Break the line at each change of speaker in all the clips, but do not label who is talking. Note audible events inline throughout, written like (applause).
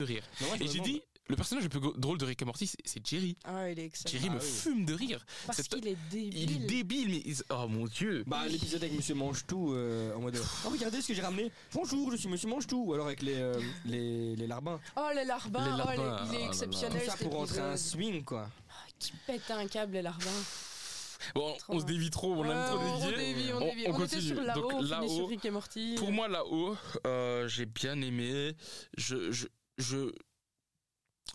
de rire.
Mais moi, je
Et
me
j'ai
demande-
dit, le personnage le plus go- drôle de Rick et Morty, c'est- c'est Jerry.
Ah, il est excellent.
Jerry
Ah
me
oui.
fume de rire.
Parce
c'est-
qu'il est débile.
Il est débile, mais. il- Oh mon dieu!
Bah l'épisode avec Monsieur Mange Tout
(laughs)
en mode oh, regardez ce que j'ai ramené bonjour je suis Monsieur Mange Tout ou alors avec les
(laughs)
euh, les, les larbins
Oh, les larbins,
Les
oh, il
larbins,
est- il est
oh là là.
tout
exceptionnel.
ça
cet
pour rentrer
épisode.
un swing quoi
Qui pète un câble, les larbins.
Bon,
Trop
on se
bien.
dévie trop, on aime
Ouais,
trop
on
dévier.
dévie, on
On-
dévie.
on
On était
continue.
sur là-haut,
Donc,
on finit
là-haut,
sur Rick et Morty.
Pour moi, là-haut, euh, j'ai bien aimé. Je, je, je,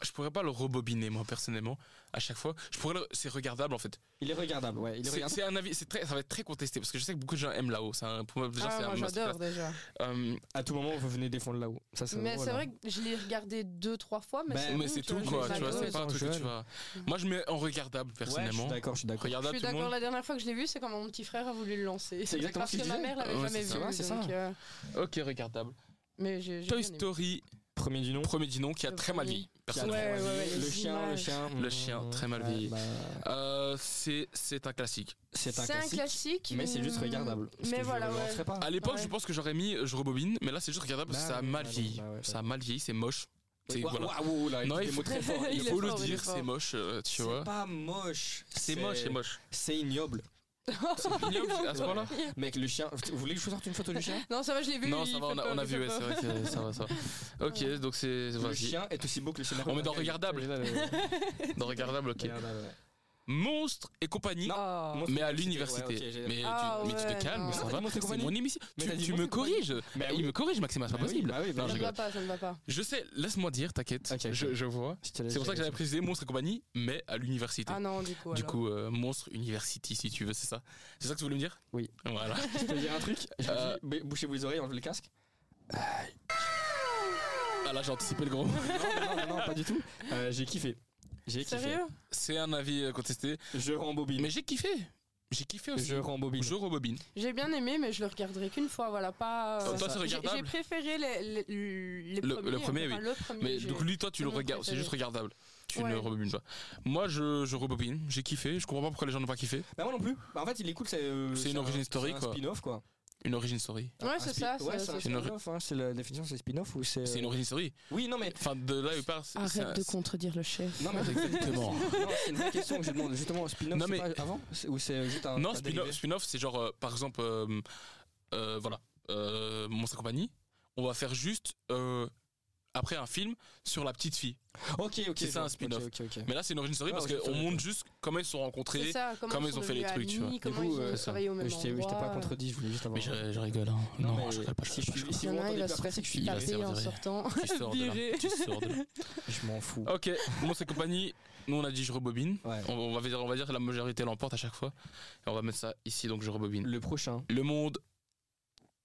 je pourrais pas le rebobiner, moi, personnellement, à chaque fois. Je pourrais le- C'est regardable, en fait.
il est regardable ouais il est
C'est
regardable
c'est un avis, c'est très, ça va être très contesté, parce que je sais que beaucoup de gens aiment là-haut. C'est un- Pour moi, déjà,
Ah,
c'est un
moi, j'adore
masterclass.
déjà.
Euh,
à tout moment vous venez défendre là-haut ça c'est
Mais
drôle,
c'est
hein.
vrai que je l'ai regardé deux, trois fois, mais
Ben,
c'est
mais
bon,
c'est
tu vois,
tout,
je
quoi.
les
Tu vois,
adore.
c'est pas un
adore.
truc que tu
Jeune.
vas. Moi, je mets en regardable,
ouais, je
personnellement.
suis d'accord je suis d'accord
Je
regardable,
suis
tout le
d'accord,
monde.
la dernière fois que je l'ai vu, c'est quand mon petit frère a voulu le lancer.
C'est exactement
Parce
ce
que
qu'il
ma
disait.
mère l'avait
Ouais,
jamais
c'est
vu.
ça, c'est ça.
donc, euh,
Ok, regardable.
Mais j'ai j'ai
Toy
bien aimé.
Story,
premier du nom
premier du nom, qui a
Le
très mal
premier.
vieilli, personnellement.
Ouais, ouais, ouais,
le
les
chien le
images.
chien
Le chien, très mal
Ouais,
vieilli.
bah,
Euh, c'est c'est un classique.
c'est un classique mais c'est juste
hum,
regardable parce
Mais
que
voilà,
je le
ouais.
lancerai pas
À l'époque,
Ouais.
je pense que j'aurais mis euh, je rebobine, mais là c'est juste regardable parce que
Bah
ça a
oui,
mal
bah
vieilli.
non, bah ouais,
ça a mal vieilli, c'est moche. C'est-
Waouh,
voilà.
waouh, là,
Non, il
il dit des
faut,
mots très forts.
il
(laughs) Il est
faut le
fort, il est
dire,
fort.
c'est moche, euh, tu vois.
C'est pas moche.
C'est moche, c'est moche.
C'est ignoble.
(laughs) C'est ignoble à ce point-là.
Mec, le chien. Vous voulez que je vous sorte une photo du chien
Non, ça va, je l'ai vu.
Non,
il
ça va,
fait
on a,
peur,
on a
il fait
vu, ouais,
peur.
c'est vrai que ça va, ça va. (laughs) Ok, donc c'est.
Le
Vas-y.
chien est aussi beau que le chien.
On met dans regardable.
Oh, Regardable,
Dans regardable,
(laughs)
ok.
Ah, bah, ouais.
Monstre et compagnie.
Ah.
Moi,
Mais à
C'était-
l'université.
ouais, ok, j'ai-
mais, tu,
Ah
mais tu
ouais,
te calmes,
non.
ça
Ah,
va.
t'as montré
C'est
compagnie
mon émission.
Mais
Tu,
t'as dit
tu
montré
me corriges.
Mais
Il
oui.
me corrige, Maxime, c'est pas
Bah oui,
possible.
bah oui, bah
Non,
oui.
je
Ça
rigole.
ne va pas, ça ne va pas.
Je sais, laisse-moi dire, t'inquiète.
Ok, ok.
Je, je vois. C'est pour ça que j'avais précisé monstre et compagnie, mais à l'université.
Ah non, du coup.
Du
alors.
coup, euh, Monstre University, si tu veux, c'est ça C'est ça que tu voulais me dire
Oui. (laughs)
Voilà.
Je peux dire un truc Je
Euh.
me dis, Bouchez-vous les oreilles, enlevez le casque.
Ah là, j'ai anticipé le gros mot.
(laughs) Non, non, non, non, pas du tout. Euh, J'ai kiffé. J'ai kiffé.
Sérieux
C'est un avis euh, contesté.
Je rembobine.
Mais j'ai kiffé. J'ai kiffé aussi.
Je rembobine.
Je rebobine.
J'ai bien aimé, mais je le regarderai qu'une fois. Voilà, pas.
Toi, c'est
J'ai-
regardable
J'ai préféré les, les- les
Le-
premiers.
le premier,
enfin,
oui.
Le premier.
Mais
j'ai-
donc, lui, toi, tu
c'est
le
mon
regardes. C'est
préféré.
juste regardable. Tu
Ouais.
ne rebobines pas. Moi, je, je rebobine. J'ai kiffé. Je comprends pas pourquoi les gens n'ont pas kiffé.
Bah, moi non plus. Bah, en fait, il est cool. C'est euh,
C'est une
un-
origin story,
c'est un
quoi.
spin-off, quoi.
Une origin story.
Ouais,
Un
c'est
spi-
ça, ça,
Ouais, c'est
ça,
un
ça.
spin-off. hein. C'est la définition, c'est spin-off ou c'est.
C'est une origin story.
Oui, non, mais.
Enfin, de là où il part. c'est- c'est un-
Arrête de contredire le chef.
(laughs) Non, mais
Exactement.
Non, c'est une vraie question que je demande. Justement, spin-off,
Non,
c'est
mais-
pas avant C'est- Ou c'est euh, juste un.
Non,
un
spin-off,
Ah, dérivé
spin-off, c'est genre, euh, par exemple, euh, euh, voilà, euh, Monstre et compagnie. On va faire juste, euh, après un film, sur la petite fille.
Ok, ok.
C'est ça,
je-
un spin-off.
ok, ok, ok.
Mais là, c'est une origin story
Ah,
parce
origin
qu'on
story,
montre juste comment ils se sont rencontrés.
C'est ça, comment,
comment
ils sont
ils ont fait les
devenus
trucs, tu
amis,
vois.
Comment
Du coup,
ils
euh,
ont
ça.
travaillé au même
Je t'ai je t'ai
endroit.
pas contredit, je voulais juste avoir.
Mais je, je rigole, hein. Non,
mais
je rigole pas. Je
si
rigole
je
pas,
suis, si
Il y
vous
en a un, il
m'entendez
va
plus
se
après, c'est que je suis
Il va
viré.
se-
taper en
viré. je
sortant.
rigole. Tu sors de là.
Viré.
Tu sors de là.
Je m'en fous.
Ok, Monstre et compagnie. Nous, on a dit je rebobine.
Ouais.
On, on va dire, on va dire que la majorité l'emporte à chaque fois. Et on va mettre ça ici, donc je rebobine.
Le prochain,
Le monde.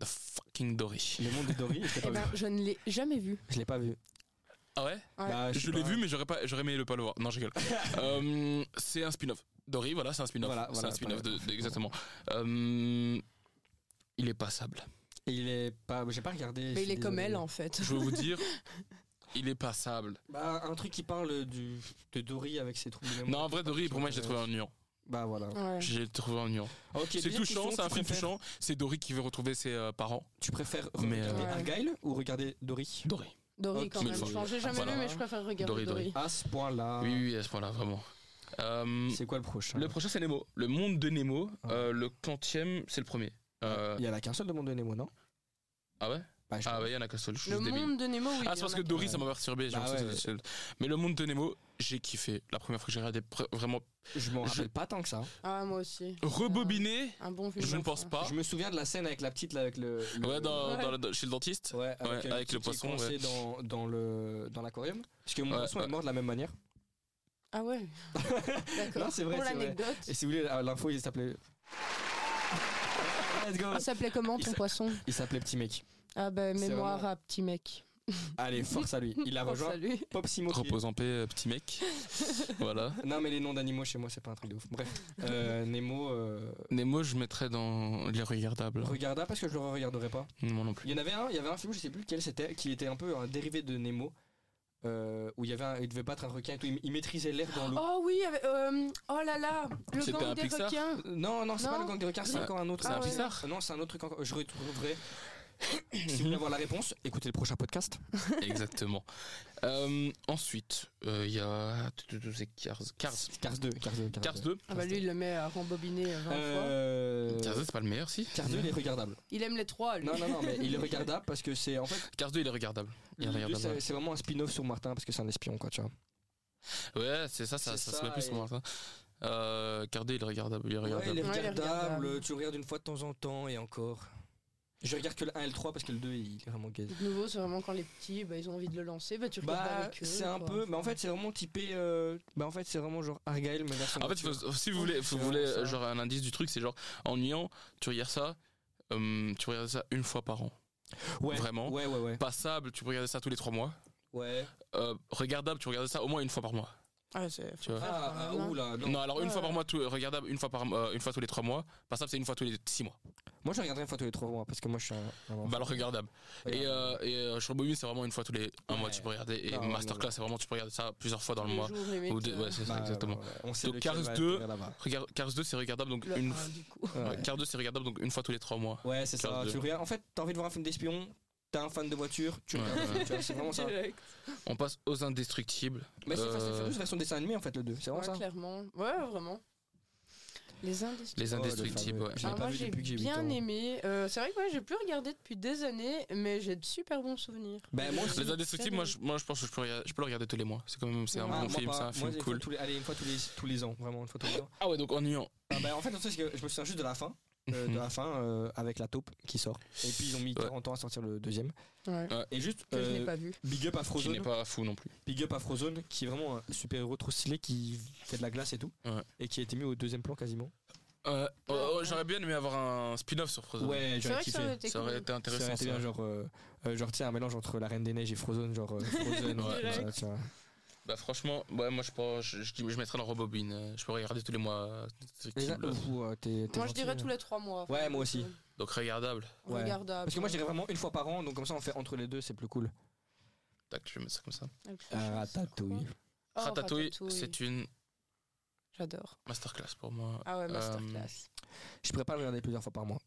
The fucking Dory.
Le Monde de Dory, je l'ai
Eh
pas
ben,
vu.
je ne l'ai jamais vu.
Je l'ai pas vu.
Ah ouais
Ouais.
Bah,
Je
sais
l'ai
pas.
vu, mais j'aurais pas, j'aurais aimé le pas le voir. Non,
(laughs)
je rigole. Euh, c'est un spin-off. Dory, voilà, c'est un spin-off.
Voilà,
c'est
voilà,
un spin-off de, de- exactement. Euh, il est passable.
Il est pas. J'ai pas regardé. je
Mais
suis
il est comme
désolé.
elle hein. en fait.
Je veux vous
(laughs)
dire, il est passable.
Bah, un truc qui parle du, de Dory avec ses troubles. de mémoire.
Non, en vrai, Dory, pour moi, je l'ai trouvé ennuyant.
Bah voilà.
Ouais.
J'ai trouvé ennuyant.
Ok,
C'est
deuxième
touchant, c'est
question,
un
tu
film
préfères-
touchant. C'est Dory qui veut retrouver ses euh, parents.
Tu préfères
Mais,
regarder
euh,
Argyle ou regarder Dory
Dory.
Dory
Ok,
quand même.
mais-
Enfin, j'ai jamais
voilà.
vu, mais je préfère regarder
Dory,
Dory.
Dory.
À ce point-là.
Oui, oui, à ce point-là, vraiment. Euh,
Ah. C'est quoi le prochain
le prochain, c'est Nemo. Le monde de Nemo. Euh, le quantième, c'est le premier. Euh,
Il Ah, y en a qu'un seul de Monde de Nemo, non
ah ouais
Bah, je
Ah ouais, il y en a qu'un seul. Je suis
Le
juste débile.
monde de Nemo, oui.
Ah, c'est parce que Dory, ça m'a perturbé. j'ai
Bah
l'impression
ouais.
que c'est le seul. Mais le monde de Nemo, j'ai kiffé. La première fois que j'ai regardé, pr- vraiment.
Je m'en
Je-
rappelle pas tant que ça.
Ah, moi aussi.
Rebobiné,
Un bon film.
je ne
enfin.
pense pas.
Ah Je me souviens de la scène avec la petite là, avec le. le-
Ah. Ouais, dans,
Ouais.
dans la- dans- chez le dentiste.
Ouais, avec,
Ouais,
euh,
avec
qui-
le
qui est
poisson,
coincé
ouais.
dans, dans le dans l'aquarium. Parce que mon
Ouais,
poisson
ouais.
est mort de la même manière.
Ah ouais.
(laughs) Non,
D'accord.
c'est vrai,
Pour
c'est vrai.
l'anecdote.
Et si vous voulez, à l'info, il s'appelait. (laughs) Let's go.
Il s'appelait comment ton
Il s'a-
poisson
Il s'appelait Petit Mec.
Ah ben
C'est
mémoire
vraiment- Ah bah,
à petit mec.
Allez, force à lui. Il a
Oh,
rejoint
salut.
Pop Simo. qui-
Repose en paix, euh, petit
(laughs)
mec. voilà.
Non, mais les noms d'animaux chez moi, c'est pas un truc de ouf. Bref, euh, Nemo, euh,
Nemo, je mettrais dans les regardables.
regarda parce que je le regarderai pas.
Moi non plus.
Il y en avait un, il y avait un film, je sais plus lequel c'était, qui était un peu un dérivé de Nemo, euh, où il y avait un- il devait battre un requin et tout. Il, il maîtrisait l'air dans l'eau.
Oh oui, avec- euh, oh là là, le
C'était un
gang des
Pixar
requins.
Oh. Non, non, c'est
Non.
pas le gang des requins, c'est
Ah,
encore un autre.
c'est un
Ah ouais.
Pixar
Non, c'est un autre truc encore. Je retrouverai. (coughs) si vous voulez avoir la réponse, écoutez le prochain podcast.
(laughs) Exactement. Euh, ensuite, euh, il y a. C'est Cars. Cars.
Cars 2. Cars 2.
Cars 2.
Ah bah lui, il le met à rembobiner euh, 20 fois.
Euh,
Cars 2, c'est pas le meilleur, si
Cars 2, il est regardable.
Il aime les trois, lui.
Non, non, non, mais il est regardable parce que c'est en fait.
Cars 2, il est regardable. Il est
le deux,
regardable.
c'est- C'est vraiment un spin-off sur Martin parce que c'est un espion, quoi, tu vois.
Ouais, c'est ça, ça, ça,
C'est
se
ça,
met plus sur
et-
Martin. Euh, Cars 2, il est regardable. Il est
Ouais,
regardable.
il est
Ouais, il est
regardable,
regardable.
tu le regardes une fois de temps en temps et encore. Je regarde que le 1 et le 3 parce que le 2 il est vraiment gay.
De nouveau, c'est vraiment quand les petits, bah, ils ont envie de le lancer, bah tu regardes
Bah,
avec eux.
c'est un
quoi.
peu. Mais en fait, c'est vraiment typé. euh, Bah, en fait, c'est vraiment genre Argyle, mais version.
En fait,
nature.
faut- si vous voulez, faut- vous
Ouais,
voulez
c'est
euh,
ça.
genre un indice du truc, c'est genre ennuyant, tu regardes ça, euh, tu regardes ça une fois par an.
ouais,
vraiment.
Ouais, ouais, ouais.
Passable, tu peux regarder ça tous les trois mois.
Ouais.
Euh, regardable, tu regardes ça au moins une fois par mois.
Ah, c'est.
Tu vois.
Ah, ah, oula, non.
Non, alors une
Ouais.
fois par mois, tout, regardable une fois par euh, une fois tous les trois mois. Passable, c'est une fois tous les six mois.
Moi, je regarderai une fois tous les 3 mois parce que moi, je suis un. un enfant.
Bah alors regardable. Et, euh, et euh, sur Bobby, c'est vraiment une fois tous les un
Ouais.
mois tu peux regarder. Et
Non, non,
Masterclass,
non.
c'est vraiment tu peux regarder ça plusieurs fois dans le
Tous les
mois.
jours, les mecs,
Ou deux-
euh,
ouais, c'est ça
Bah,
exactement.
ouais, ouais, On sait
Donc,
lequel
Cars
va
2,
atterrir là-bas.
Regarde, Cars 2, c'est regardable donc
le
une.
un,
f-
du coup.
Ouais, Cars 2, c'est regardable donc une fois tous les trois mois.
Ouais, c'est
Cars
ça.
2.
Tu regardes. En fait, t'as envie de voir un film d'espion, t'es un fan de voiture, tu
Ouais,
regardes.
ouais.
Tu vois, C'est vraiment (laughs) ça.
(laughs) Direct.
On passe aux indestructibles.
Mais c'est Fast and
Euh,
Furious version dessin animé en fait, le 2. C'est
Ouais,
vraiment ça.
clairement. Ouais, vraiment. Les indestructibles.
Les
Oh, le
indestructibles,
fameux.
ouais.
Je l'ai
Alors
pas
moi
vu
j'ai
depuis que j'ai huit
bien
ans.
aimé. Euh, c'est vrai que moi j'ai plus regardé depuis des années, mais j'ai de super bons souvenirs.
Ben, moi aussi.
Les indestructibles, moi je, moi, je pense que je peux, regarder- je peux le regarder tous les mois. C'est quand même c'est un
Ouais.
Ah,
bon
moi
film,
pas.
c'est un
Moi,
film
une fois
cool.
tous les- allez, une fois tous les, tous les ans, vraiment, une fois tous
(laughs)
les ans.
Ah ouais, donc ennuyant.
Ah, ben, en fait, le truc, c'est que je me souviens juste de la fin,
(laughs)
euh, de la fin euh, avec la taupe qui sort. Et puis, ils ont mis
Ouais.
40 ans à sortir le deuxième.
Ouais.
Et juste,
Que je
euh,
n'ai pas vu.
Big Up à
Qui n'est
Frozone,
pas fou non plus.
Big Up à Frozone, qui est vraiment un super héros trop stylé, qui fait de la glace et tout,
Ouais.
et qui a été mis au deuxième plan quasiment.
Euh, oh, oh, J'aurais bien aimé avoir un spin-off sur Frozen.
Ouais,
C'est vrai
j'aurais
que
kiffé.
ça aurait été
ça aurait
cool.
été
Ça aurait
intéressant.
été
ça.
bien, genre, euh, euh, genre, tu sais, un mélange entre la Reine des Neiges et Frozone, genre euh, Frozone,
Ouais.
comme ça,
Direct.
tu vois.
Bah franchement, ouais, moi je pense, je, je, je mettrais dans Robobine. euh, Je peux regarder tous les mois. euh,
Les gars,
Indestructibles.
vous, euh, t'es- t'es
Moi je
gentil,
dirais
hein.
tous les trois mois. euh,
Ouais, moi aussi.
Donc regardable.
Ouais.
Regardable.
Parce que moi, je dirais vraiment une fois par an, donc comme ça, on fait entre les deux, c'est plus cool.
Tac, je vais mettre ça comme ça.
Euh, Ratatouille.
Oh,
Ratatouille,
Ratatouille.
c'est une
J'adore.
masterclass pour moi.
Ah ouais,
Euh,
masterclass.
Je pourrais pas le regarder plusieurs fois par mois.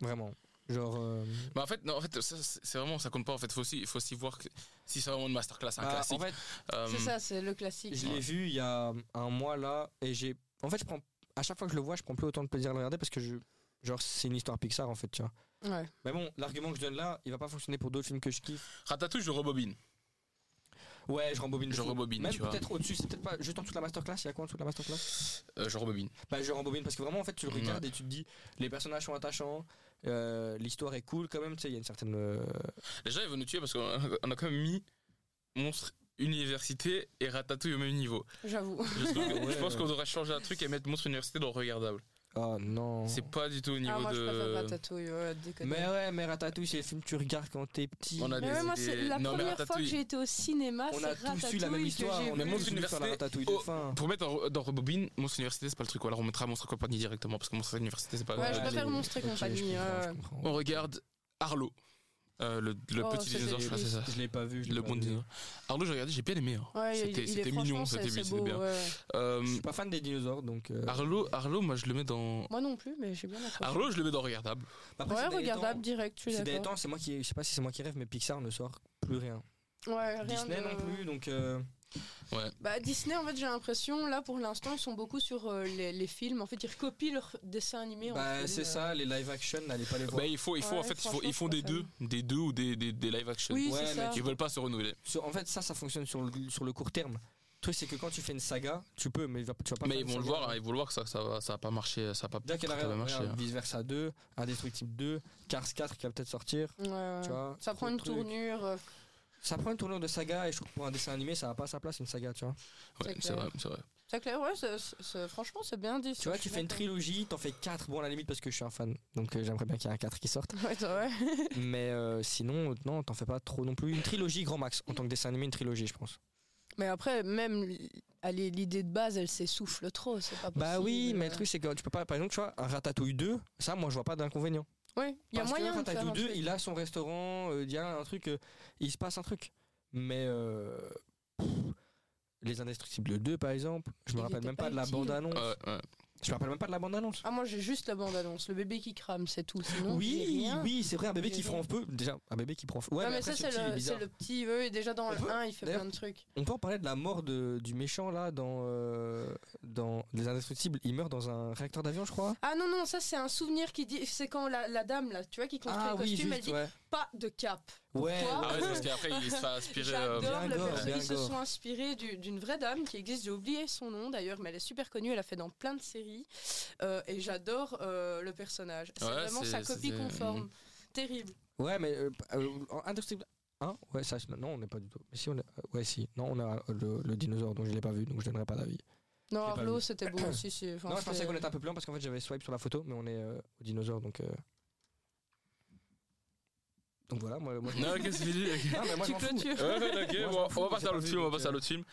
Vraiment. Genre. euh,
Bah en fait, non, en fait, ça, c'est c'est vraiment, ça compte pas. En fait, faut aussi, faut aussi voir que, si c'est vraiment une masterclass, un
bah,
classique.
en fait,
Euh,
C'est ça, c'est le classique.
je l'ai vu il y a un mois là, et j'ai. En fait, je prends. À chaque fois que je le vois, je prends plus autant de plaisir à le regarder parce que je. Genre, c'est une histoire Pixar en fait, tu vois.
Ouais.
Mais bon, l'argument que je donne là, il va pas fonctionner pour d'autres films que je kiffe.
Ratatouille, je rebobine.
Ouais, je rembobine.
Je
dessus.
rembobine,
Même
tu vois.
peut-être au-dessus, c'est peut-être pas. Juste en dessous de la masterclass, il y a quoi en dessous de la masterclass
Euh, je rebobine.
Bah, je rembobine parce que vraiment, en fait, tu le
Ouais.
regardes et tu te dis, les personnages sont attachants, euh, l'histoire est cool quand même, tu sais, il y a une certaine. euh,
Déjà, ils vont nous tuer parce qu'on on a quand même mis Monstre Université et Ratatouille au même niveau.
J'avoue.
Je, trouve que-
Ouais.
je pense qu'on devrait changer un truc et mettre Monstre Université dans Regardable.
Oh non.
C'est pas du tout au niveau
Ah, moi je préfère
de.
Ratatouille, ouais, déconner.
Mais ouais, mais Ratatouille, c'est le film que tu regardes quand t'es petit.
On a
Mais
des
ouais, moi,
idées-
c'est la
Non, mais
première fois que
Ratatouille.
j'ai été au
on
cinéma, Ah, c'est
a tous eu
Ratatouille
la même
que
histoire.
j'ai
On
Mais
a
vu.
Monstre
tous eu sur la
Université-
ratatouille de
Oh,
fin.
Pour mettre dans, dans Rebobine, Monstre Université, c'est pas le truc. Ou alors on mettra Monstre Compagnie directement parce que Monstre Université, c'est pas.
Ouais, je
euh,
préfère
allez,
Monstre et
ok, je
Compagnie, euh.
comprends,
ouais.
je comprends.
On regarde Arlo, Euh, le, le
Oh,
petit
ça,
dinosaure,
c'est
je crois, c'est ça.
Je l'ai pas vu. je l'ai
Le
pas
bon
vu.
dinosaure. Arlo, j'ai regardé, j'ai bien aimé. hein.
Ouais, il-
C'était-
il est-
c'était
franchement,
mignon,
c'est-
c'était-
c'est
c'était
beau,
bien.
ouais.
Euh,
Je suis pas fan des dinosaures, donc. euh,
Arlo, Arlo, moi je le mets dans.
Moi non plus, mais j'ai bien accroché.
Arlo, Ah, je le mets dans Regardable.
bah, après,
Ouais,
ces derniers
regardable,
temps-
direct, tu
Ces derniers
d'accord.
temps, hein, c'est moi qui. Je sais pas si c'est moi qui rêve, mais Pixar ne sort plus rien.
Ouais, rien
Disney
de-
non plus, donc. euh,
Bah, Disney, en fait, j'ai l'impression, là, pour l'instant, ils sont beaucoup sur euh, les, les films. En fait, ils recopient leurs dessins animés. en
Bah,
film,
c'est
euh.
ça, les live action, n'allez pas les voir.
Bah, il faut, il faut
Ouais,
en fait, ils font,
franchement,
ils font
je
des deux,
préfère.
des deux ou des, des, des live action.
Oui,
Ouais, mais
c'est ça.
Ils veulent pas se renouveler.
Sur- En fait, ça, ça fonctionne sur le, sur le court terme. Le truc, c'est que quand tu fais une saga, tu peux, mais il va- tu vas pas.
Mais
faire
ils
une
vont le
saga.
voir, hein, ils vont le voir que ça, ça, va, ça va pas marcher, ça va pas,
Déjà qu'il y en a
ça va
rien,
marcher.
regarde,
hein.
Vice Versa 2, Indestructible 2, Cars 4 qui va peut-être sortir.
Ouais, ouais.
Tu vois,
Ça prend une
truc.
tournure. euh,
Ça prend une tournure de saga et je trouve que pour un dessin animé, ça n'a pas sa place une saga, tu vois.
Ouais,
C'est
c'est
clair.
vrai, c'est vrai.
C'est clair, ouais, c'est- c'est- c'est- franchement, c'est bien dit.
Tu vois, tu fais une trilogie, t'en fais 4, bon à la limite parce que je suis un fan, donc euh, j'aimerais bien qu'il y ait un 4 qui sorte.
(laughs) Ouais, c'est vrai.
Mais euh, sinon, euh, non, t'en fais pas trop non plus. Une trilogie, grand max, en tant que dessin animé, une trilogie, je pense.
Mais après, même l- allez, l'idée de base, elle s'essouffle trop, c'est pas possible.
Bah oui, mais le truc, c'est que tu peux pas, par exemple, tu vois, un Ratatouille 2, ça, moi, je vois pas d'inconvénient.
Ouais, il y a
Parce que
moyen de faire
Ratatouille
un
2,
truc.
il a son restaurant, euh, il y a un truc, euh, il se passe un truc. Mais euh, pff, les Indestructibles 2, par exemple, je me
Il
rappelle
était
même
pas
pas de la
utile.
bande-annonce.
Euh. Ouais, ouais.
Je me rappelle même pas de la bande-annonce.
Ah, moi j'ai juste la bande-annonce, le bébé qui crame, c'est tout. Sinon, j'ai
oui,
rien.
oui, c'est vrai, un bébé qui
J'ai
prend
rien.
feu. Déjà, un bébé qui prend feu. Ouais,
Ah,
mais
mais
après,
ça,
ce
c'est
petit, il est
le,
bizarre.
c'est le petit, eux, et déjà dans
On
le
peut-
1, il fait
d'ailleurs-
plein de trucs.
On peut en parler de la mort de- du méchant là dans, euh, dans Les Indestructibles. Il meurt dans un réacteur d'avion, je crois.
Ah non, non, ça, c'est un souvenir qui dit. C'est quand la, la dame, là, tu vois, qui construit le costume, elle dit
Ah ouais.
pas de cap.
Ouais,
Pourquoi
Ah ouais,
ouais,
c'est parce qu'après, il se fait aspirer. euh,
J'adore
Bien
le
gore,
perso.
bien
Ils se
gore.
sont inspirés du- d'une vraie dame qui existe. J'ai oublié son nom d'ailleurs, mais elle est super connue. Elle a fait dans plein de séries. Euh, et j'adore euh, le personnage. C'est
Ouais,
vraiment
c'est-
sa copie
c'est- Mhm.
conforme. Terrible.
Ouais, mais euh, euh, en Indestructible 1, ouais, ça, je- non, on n'est pas du tout. Mais si, on est, euh, ouais, si, non, on a euh, le, le dinosaure, donc je l'ai pas vu, donc je donnerai pas d'avis.
Non,
Je l'ai pas
Arlo,
vu.
c'était bon aussi. c'est- enfin,
non, je pensais
c'est-
qu'on était un peu plus loin parce qu'en fait j'avais swipe sur la photo, mais on est euh, au dinosaure, donc. euh, Donc voilà, moi, moi je-
Non, qu'est-ce qu'il dit
(laughs)
Non, mais moi, je
Tu
m'en fous.
clôtures.
Ouais, ouais, ok,
Moi, je
bon,
m'en fous,
on va
j'ai
passer à
pas
l'autre
vu,
film, on va
donc,
passer à
euh,
l'autre film.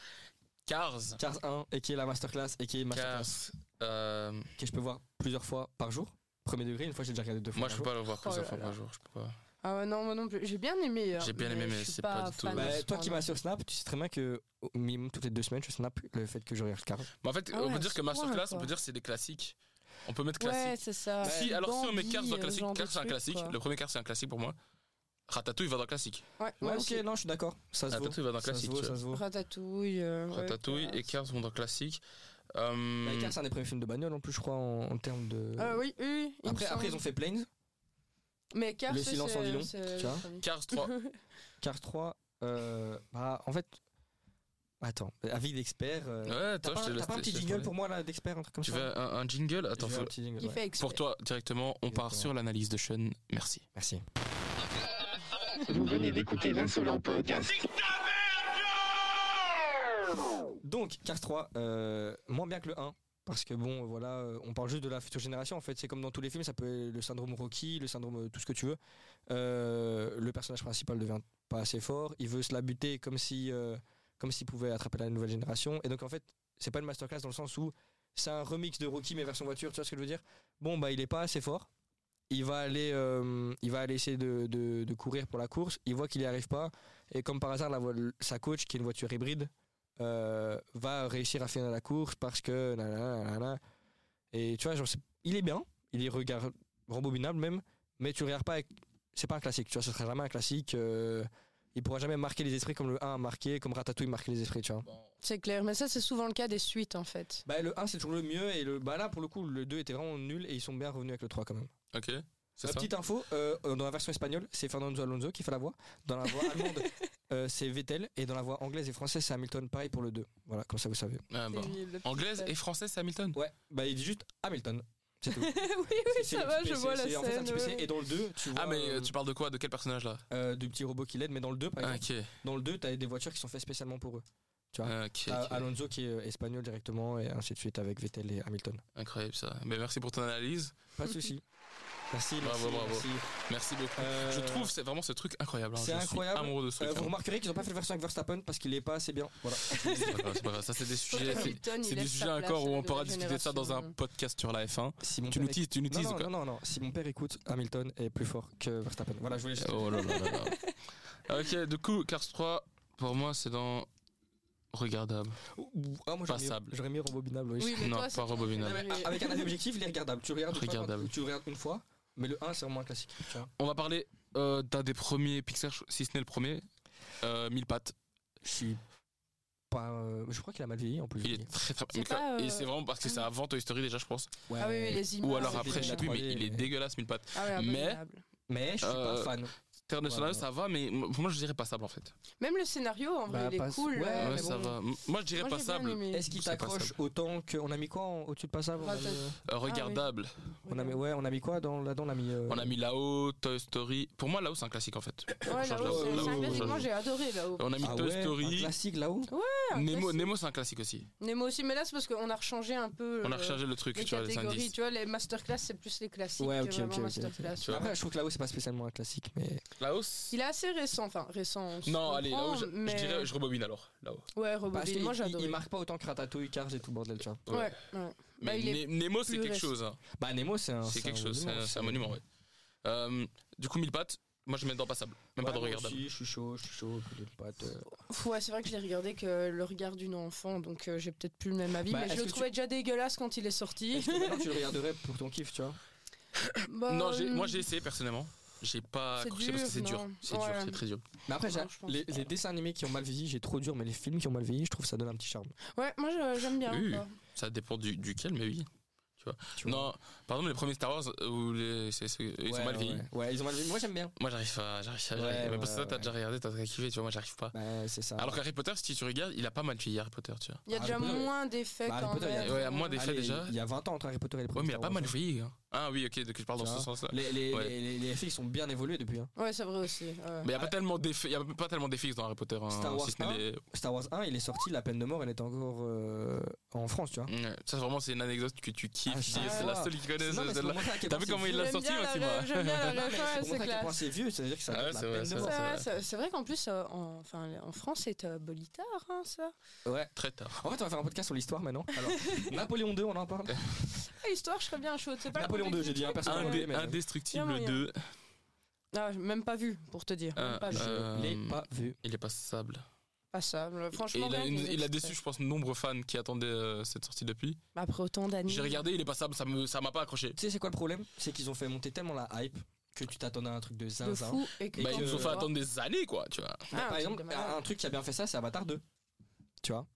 Cars.
Cars 1, et qui est la masterclass, et qui est masterclass,
Cars. euh,
que je peux voir plusieurs fois par jour. Premier degré, une fois j'ai déjà regardé deux fois.
moi, je
par
peux
jour.
pas le voir
Oh
plusieurs
là
fois
là.
par jour. Je peux pas.
Ah ouais, non, moi non plus. J'ai bien aimé. hein,
J'ai bien aimé, mais
je suis
c'est pas du tout-
fan
Bah,
à ce
Bah, toi qui
point-là.
m'as sur Snap, tu sais très bien que au minimum toutes les deux semaines je snap le fait que je regarde Cars.
Mais en fait,
Ah
on
ouais,
peut
à
dire
ce
que
point,
Masterclass, on
quoi.
peut dire que c'est des classiques. On peut mettre
Ouais,
classique.
c'est
Euh,
ça.
Si, alors si on met
Bandit,
Cars dans
euh,
classique,
genre de
Cars c'est un
truc,
classique.
quoi.
Le premier Cars c'est un classique pour moi. Ratatouille va dans classique.
Ouais,
Ouais,
moi
ok,
aussi.
non, je suis d'accord. Ça se vaut.
Ratatouille va dans
Ça se
classique.
vaut,
tu
ça se vaut.
Ratatouille. euh, ouais,
vois. Ratatouille
Cars.
et Cars vont dans classique. Euh,
Bah, Cars, c'est un des premiers films de bagnole en plus, je crois, en, en termes de.
Mm. Ah oui, oui. il me
après, après, ils
semble.
ont fait Planes,
Mais Cars,
Le silence en
c'est-
dit long,
c'est-
tu vois.
Cars
(laughs)
3.
Cars 3. euh, bah, en fait. Attends, avis d'expert. euh,
Ouais,
T'as
toi,
pas,
je te
t'as
laisse.
pas un
je
petit
te laisse
jingle
parler.
pour moi là d'expert, un truc comme
Tu
ça
veux un, un jingle Attends,
Je veux
faut-
un petit jingle,
Il
ouais.
fait exprès.
pour toi directement, on part
Exactement.
sur l'analyse de Sean. Merci.
Merci.
Vous venez d'écouter l'insolent podcast.
Donc, Cars 3, euh, moins bien que le 1. Parce que bon, voilà, euh, on parle juste de la future génération. En fait, c'est comme dans tous les films, ça peut être le syndrome Rocky, le syndrome euh, tout ce que tu veux. Euh, le personnage principal devient pas assez fort. Il veut se la buter comme si, euh, comme s'il pouvait attraper la nouvelle génération. Et donc, en fait, c'est pas une masterclass dans le sens où c'est un remix de Rocky mais version voiture. Tu vois ce que je veux dire Bon, bah, il est pas assez fort. Il va aller, euh, il va aller essayer de, de- de courir pour la course. Il voit qu'il n'y arrive pas. Et comme par hasard, la vo- sa coach, qui est une voiture hybride, euh, va réussir à finir la course parce que nanana, nanana. et tu vois genre c'est- il est bien il est regard rembobinable même mais tu regardes pas avec- c'est pas un classique tu vois ce sera jamais un classique euh, il pourra jamais marquer les esprits comme le 1 a marqué comme Ratatouille marquait les esprits tu vois
C'est clair, mais ça c'est souvent le cas des suites en fait.
bah le 1 c'est toujours le mieux et le bah là pour le coup le 2 était vraiment nul et ils sont bien revenus avec le 3 quand même
Ok. C'est
la
ça.
petite info euh, dans la version espagnole c'est Fernando Alonso qui fait la voix dans la voix (laughs) allemande euh, c'est Vettel et dans la voix anglaise et française c'est Hamilton pareil pour le 2 voilà comme ça vous savez
Ah, bah. Anglaise et française, c'est Hamilton.
ouais bah il dit juste Hamilton c'est (laughs) tout
oui, oui,
C'est
ça
le
va,
petit
je
PC,
vois la
c'est en fait un
scène.
petit
ouais.
PC, Et dans le 2, tu vois
Ah, mais euh,
euh,
tu parles de quoi De quel personnage là
euh, du petit robot qui l'aide, mais dans le 2, par
Ah,
exemple,
Ok.
dans le 2, t'as des voitures qui sont faites spécialement pour eux.
Ah, ok,
T'as
ok.
Alonso qui est euh, espagnol directement, et ainsi de suite avec Vettel et Hamilton.
Incroyable ça. Mais merci pour ton analyse.
Pas de soucis. (laughs) Merci, merci,
Bravo, bravo.
merci.
Merci beaucoup.
Euh,
Je trouve c'est vraiment ce truc incroyable. hein.
c'est
Je suis
incroyable.
amoureux de ce
euh,
truc.
vous
hein.
remarquerez qu'ils ont pas fait le version avec Verstappen parce qu'il est pas assez bien. (laughs) Voilà.
C'est pas grave, c'est pas grave. Ça, c'est
(laughs)
des
Faut que
sujets. c'est-
Hamilton, il
C'est des
laisse
sujets
sa
encore
place
où
à
on
la
pourra
nouvelle
discuter de ça dans un
génération.
podcast sur la F1.
Si mon
Tu
père
nous
écoute-
teases, tu nous teases ou
non,
quoi
non, non, non. Si mon père écoute, Hamilton est plus fort que Verstappen. Voilà, je voulais juste.
Oh là là là
(laughs)
là. Ok, du coup, Cars 3, pour moi, c'est dans. Regardable.
Ouh, ouh, Ah, moi, j'aurais mis-
Oh, Passable.
j'aurais mis rebobinable. oui.
Oui, mais
Non,
toi,
pas
c'est ton
rebobinable.
Ah,
préféré.
Avec un avis objectif, il est regardable. Tu regardes, une fois,
Regardable.
tu regardes une fois, mais le 1, c'est vraiment un classique. tu vois.
On va parler euh, d'un des premiers Pixar, si ce n'est le premier. Euh, Mille pattes.
Je suis pas. euh, je crois qu'il a mal vieilli en plus.
Il est très très.
C'est
mais
pas,
que-
euh,
Et c'est vraiment parce que c'est
ah.
avant Toy Story déjà, je pense.
Ouais.
Ah oui, oui, les images.
Ou alors
c'est
après,
déjà
j'ai vu, mais il est
mais-
dégueulasse, Mille pattes.
Ah ouais,
Mais-
abominable.
Mais je suis
Euh,
pas fan.
International,
Voilà.
ça va, mais m- pour moi, je dirais passable en fait.
Même le scénario en vrai,
Bah,
il est
pas-
cool.
ouais,
euh,
Ouais,
mais
ça
bon.
va. M- Moi, je dirais
Moi, j'ai
passable.
bien aimé.
Est-ce qu'il
c'est
t'accroche
passable.
autant que. On a mis quoi en- au-dessus de passable on a, mis,
Ratatouille.
euh,
Euh, regardable.
on a mis- Ouais, on a mis quoi dans, là-dedans On a mis. euh,
On a mis là-haut, Toy Story. Pour moi, là-haut, c'est un classique en fait.
Ouais,
On change
là-haut,
là-haut, là-haut,
c'est- c'est un
on
classique.
change
Moi,
là-haut.
j'ai adoré là-haut.
On a mis
ah
Toy
ouais, Un
Story.
classique là-haut
un
Nemo,
classique.
Nemo c'est un classique aussi.
Nemo aussi, mais là, c'est parce qu'on a rechangé un peu.
On a
euh,
rechargé le truc,
les
tu vois, les
catégories.
indices.
Tu vois, les masterclass, c'est plus les classiques.
Ouais,
que
ok, ok,
vraiment
ok, ok.
masterclass.
Tu vois.
Après, je trouve que là-haut, c'est pas spécialement un classique, mais.
Là-haut
Il est assez récent, enfin récent. on se
Non, allez,
comprend,
là-haut, je, je
mais-
dirais, je rebobine alors. Là-haut.
Ouais, Robobine,
Parce qu'il
moi
il,
j'adore.
il marque pas autant que Ratatouille, Cars et tout le bordel, tu vois.
ouais.
Ouais, ouais. Bah,
Mais
il est
Ne- Nemo, c'est
plus
quelque
récent.
chose. hein.
Bah, Nemo, c'est un.
C'est quelque
un
chose, c'est
monument,
un- c'est un monument, ouais. Euh, Du coup, mille pattes, Moi, je mets dans passable. Même pas
Ouais,
dans
moi
regardable.
aussi, je suis chaud, je suis chaud. puis les potes, euh,
(laughs) Pff, Ouais, c'est vrai que je l'ai regardé que le regard d'une enfant, donc euh, j'ai peut-être plus le même avis,
Bah,
mais
est-ce
je le
que tu-
trouvais déjà dégueulasse quand il est sorti.
est-ce que maintenant, tu le regarderais pour ton kiff, tu vois
Bah,
Non, j'ai-
hum,
moi, j'ai essayé personnellement. J'ai pas
C'est
accroché parce que c'est
dur,
dur.
non.
C'est dur,
Ouais.
c'est très dur.
Mais après, j'ai-
Ouais, Ah, je pense.
les, les dessins animés qui ont mal vieilli, j'ai trop dur, mais les films qui ont mal vieilli, je trouve que ça donne un petit charme.
Ouais, moi je- j'aime bien.
Oui.
quoi.
Ça dépend du, duquel, mais oui.
tu vois.
Non, par exemple, les premiers Star Wars, euh, où les- c'est- c'est- ils
Ouais,
ont mal
ouais,
vieilli.
Ouais. Ouais, ils ont mal vieilli. Moi, j'aime bien.
Moi, j'arrive pas. J'arrive pas.
Ouais,
j'arrive- mais parce que
ouais,
toi, t'as
ouais.
déjà regardé, t'as déjà kiffé, tu vois. Moi, j'arrive pas.
Bah, c'est ça.
Alors qu'Harry Potter, si tu regardes, il a pas mal vieilli Harry Potter, tu vois.
Il y a
Harry
déjà
Potter, il-
moins d'effets
Bah, Harry
quand
Potter, il y a-
même.
Ouais, il y a moins d'effets.
Allez,
déjà.
Il y a 20 ans entre Harry Potter et les
Ouais,
premiers
mais il a
Star
pas
Wars,
mal
hein.
vieilli. hein. Ah oui, ok, donc je parle dans
Tu
ce
vois.
sens-là.
Les, les,
Ouais.
les, les, les FX ont bien évolué depuis. Hein.
Ouais, c'est vrai aussi. ouais.
Mais il n'y a, pas tellement d'effets- y a pas tellement d'effets dans Harry Potter. hein,
Star Wars
si ce n'est
un.
des-
Star Wars 1, il est sorti, la peine de mort, elle était encore euh, en France, tu vois.
Ouais, Ça, vraiment, c'est une anecdote que tu kiffes.
Ah,
tu dis,
je
c'est la
vois.
seule qui connaît.
Non,
celle-là.
mais c'est pour montrer à quel
T'as
point
vu
c'est
comment il
vieux.
l'a
J'aime
sorti
bien
aussi,
la-
moi.
le- J'aime bien la-
(laughs)
Non,
le
mais
fin,
c'est pour
c'est
montrer à quel point
classe.
c'est vieux, c'est-à-dire que ça
Ah ouais,
date la
c'est vrai,
peine de
c'est
mort.
vrai.
Ça, ça- C'est vrai qu'en plus, euh, en, enfin, en France, c'est euh, bolitard, hein, ça.
Ouais.
Très tard.
En fait, on va faire un podcast sur l'histoire maintenant. Alors, (laughs) Napoléon II, on en parle.
Ah, Histoire, je serais bien chaude. c'est pas
Napoléon II,
compliqué.
j'ai dit, hein, un personnage.
Indé-
mais-
Bien
Indestructible
moyen.
2.
Ah, j'ai même pas vu, pour te dire. Même
Ah,
pas vu.
euh,
Je l'ai pas vu.
Il est passable.
Passable.
Et
Franchement,
il a,
rien
une-
que les
il a
extraits.
déçu, je pense, nombreux fans qui attendaient euh, cette sortie depuis.
Mais Bah, Après autant d'années.
J'ai regardé, il est passable, ça me, ça m'a pas accroché.
Tu sais, c'est quoi le problème C'est qu'ils ont fait monter tellement la hype que tu t'attendais à un truc de
De
zinzin.
fou. Et que
Bah,
quand
ils nous
tu
ont fait
vois-
attendre des années, quoi, tu vois.
Ah, un
Par
truc
exemple,
de malade.
un truc qui a bien fait ça, c'est Avatar 2. Tu vois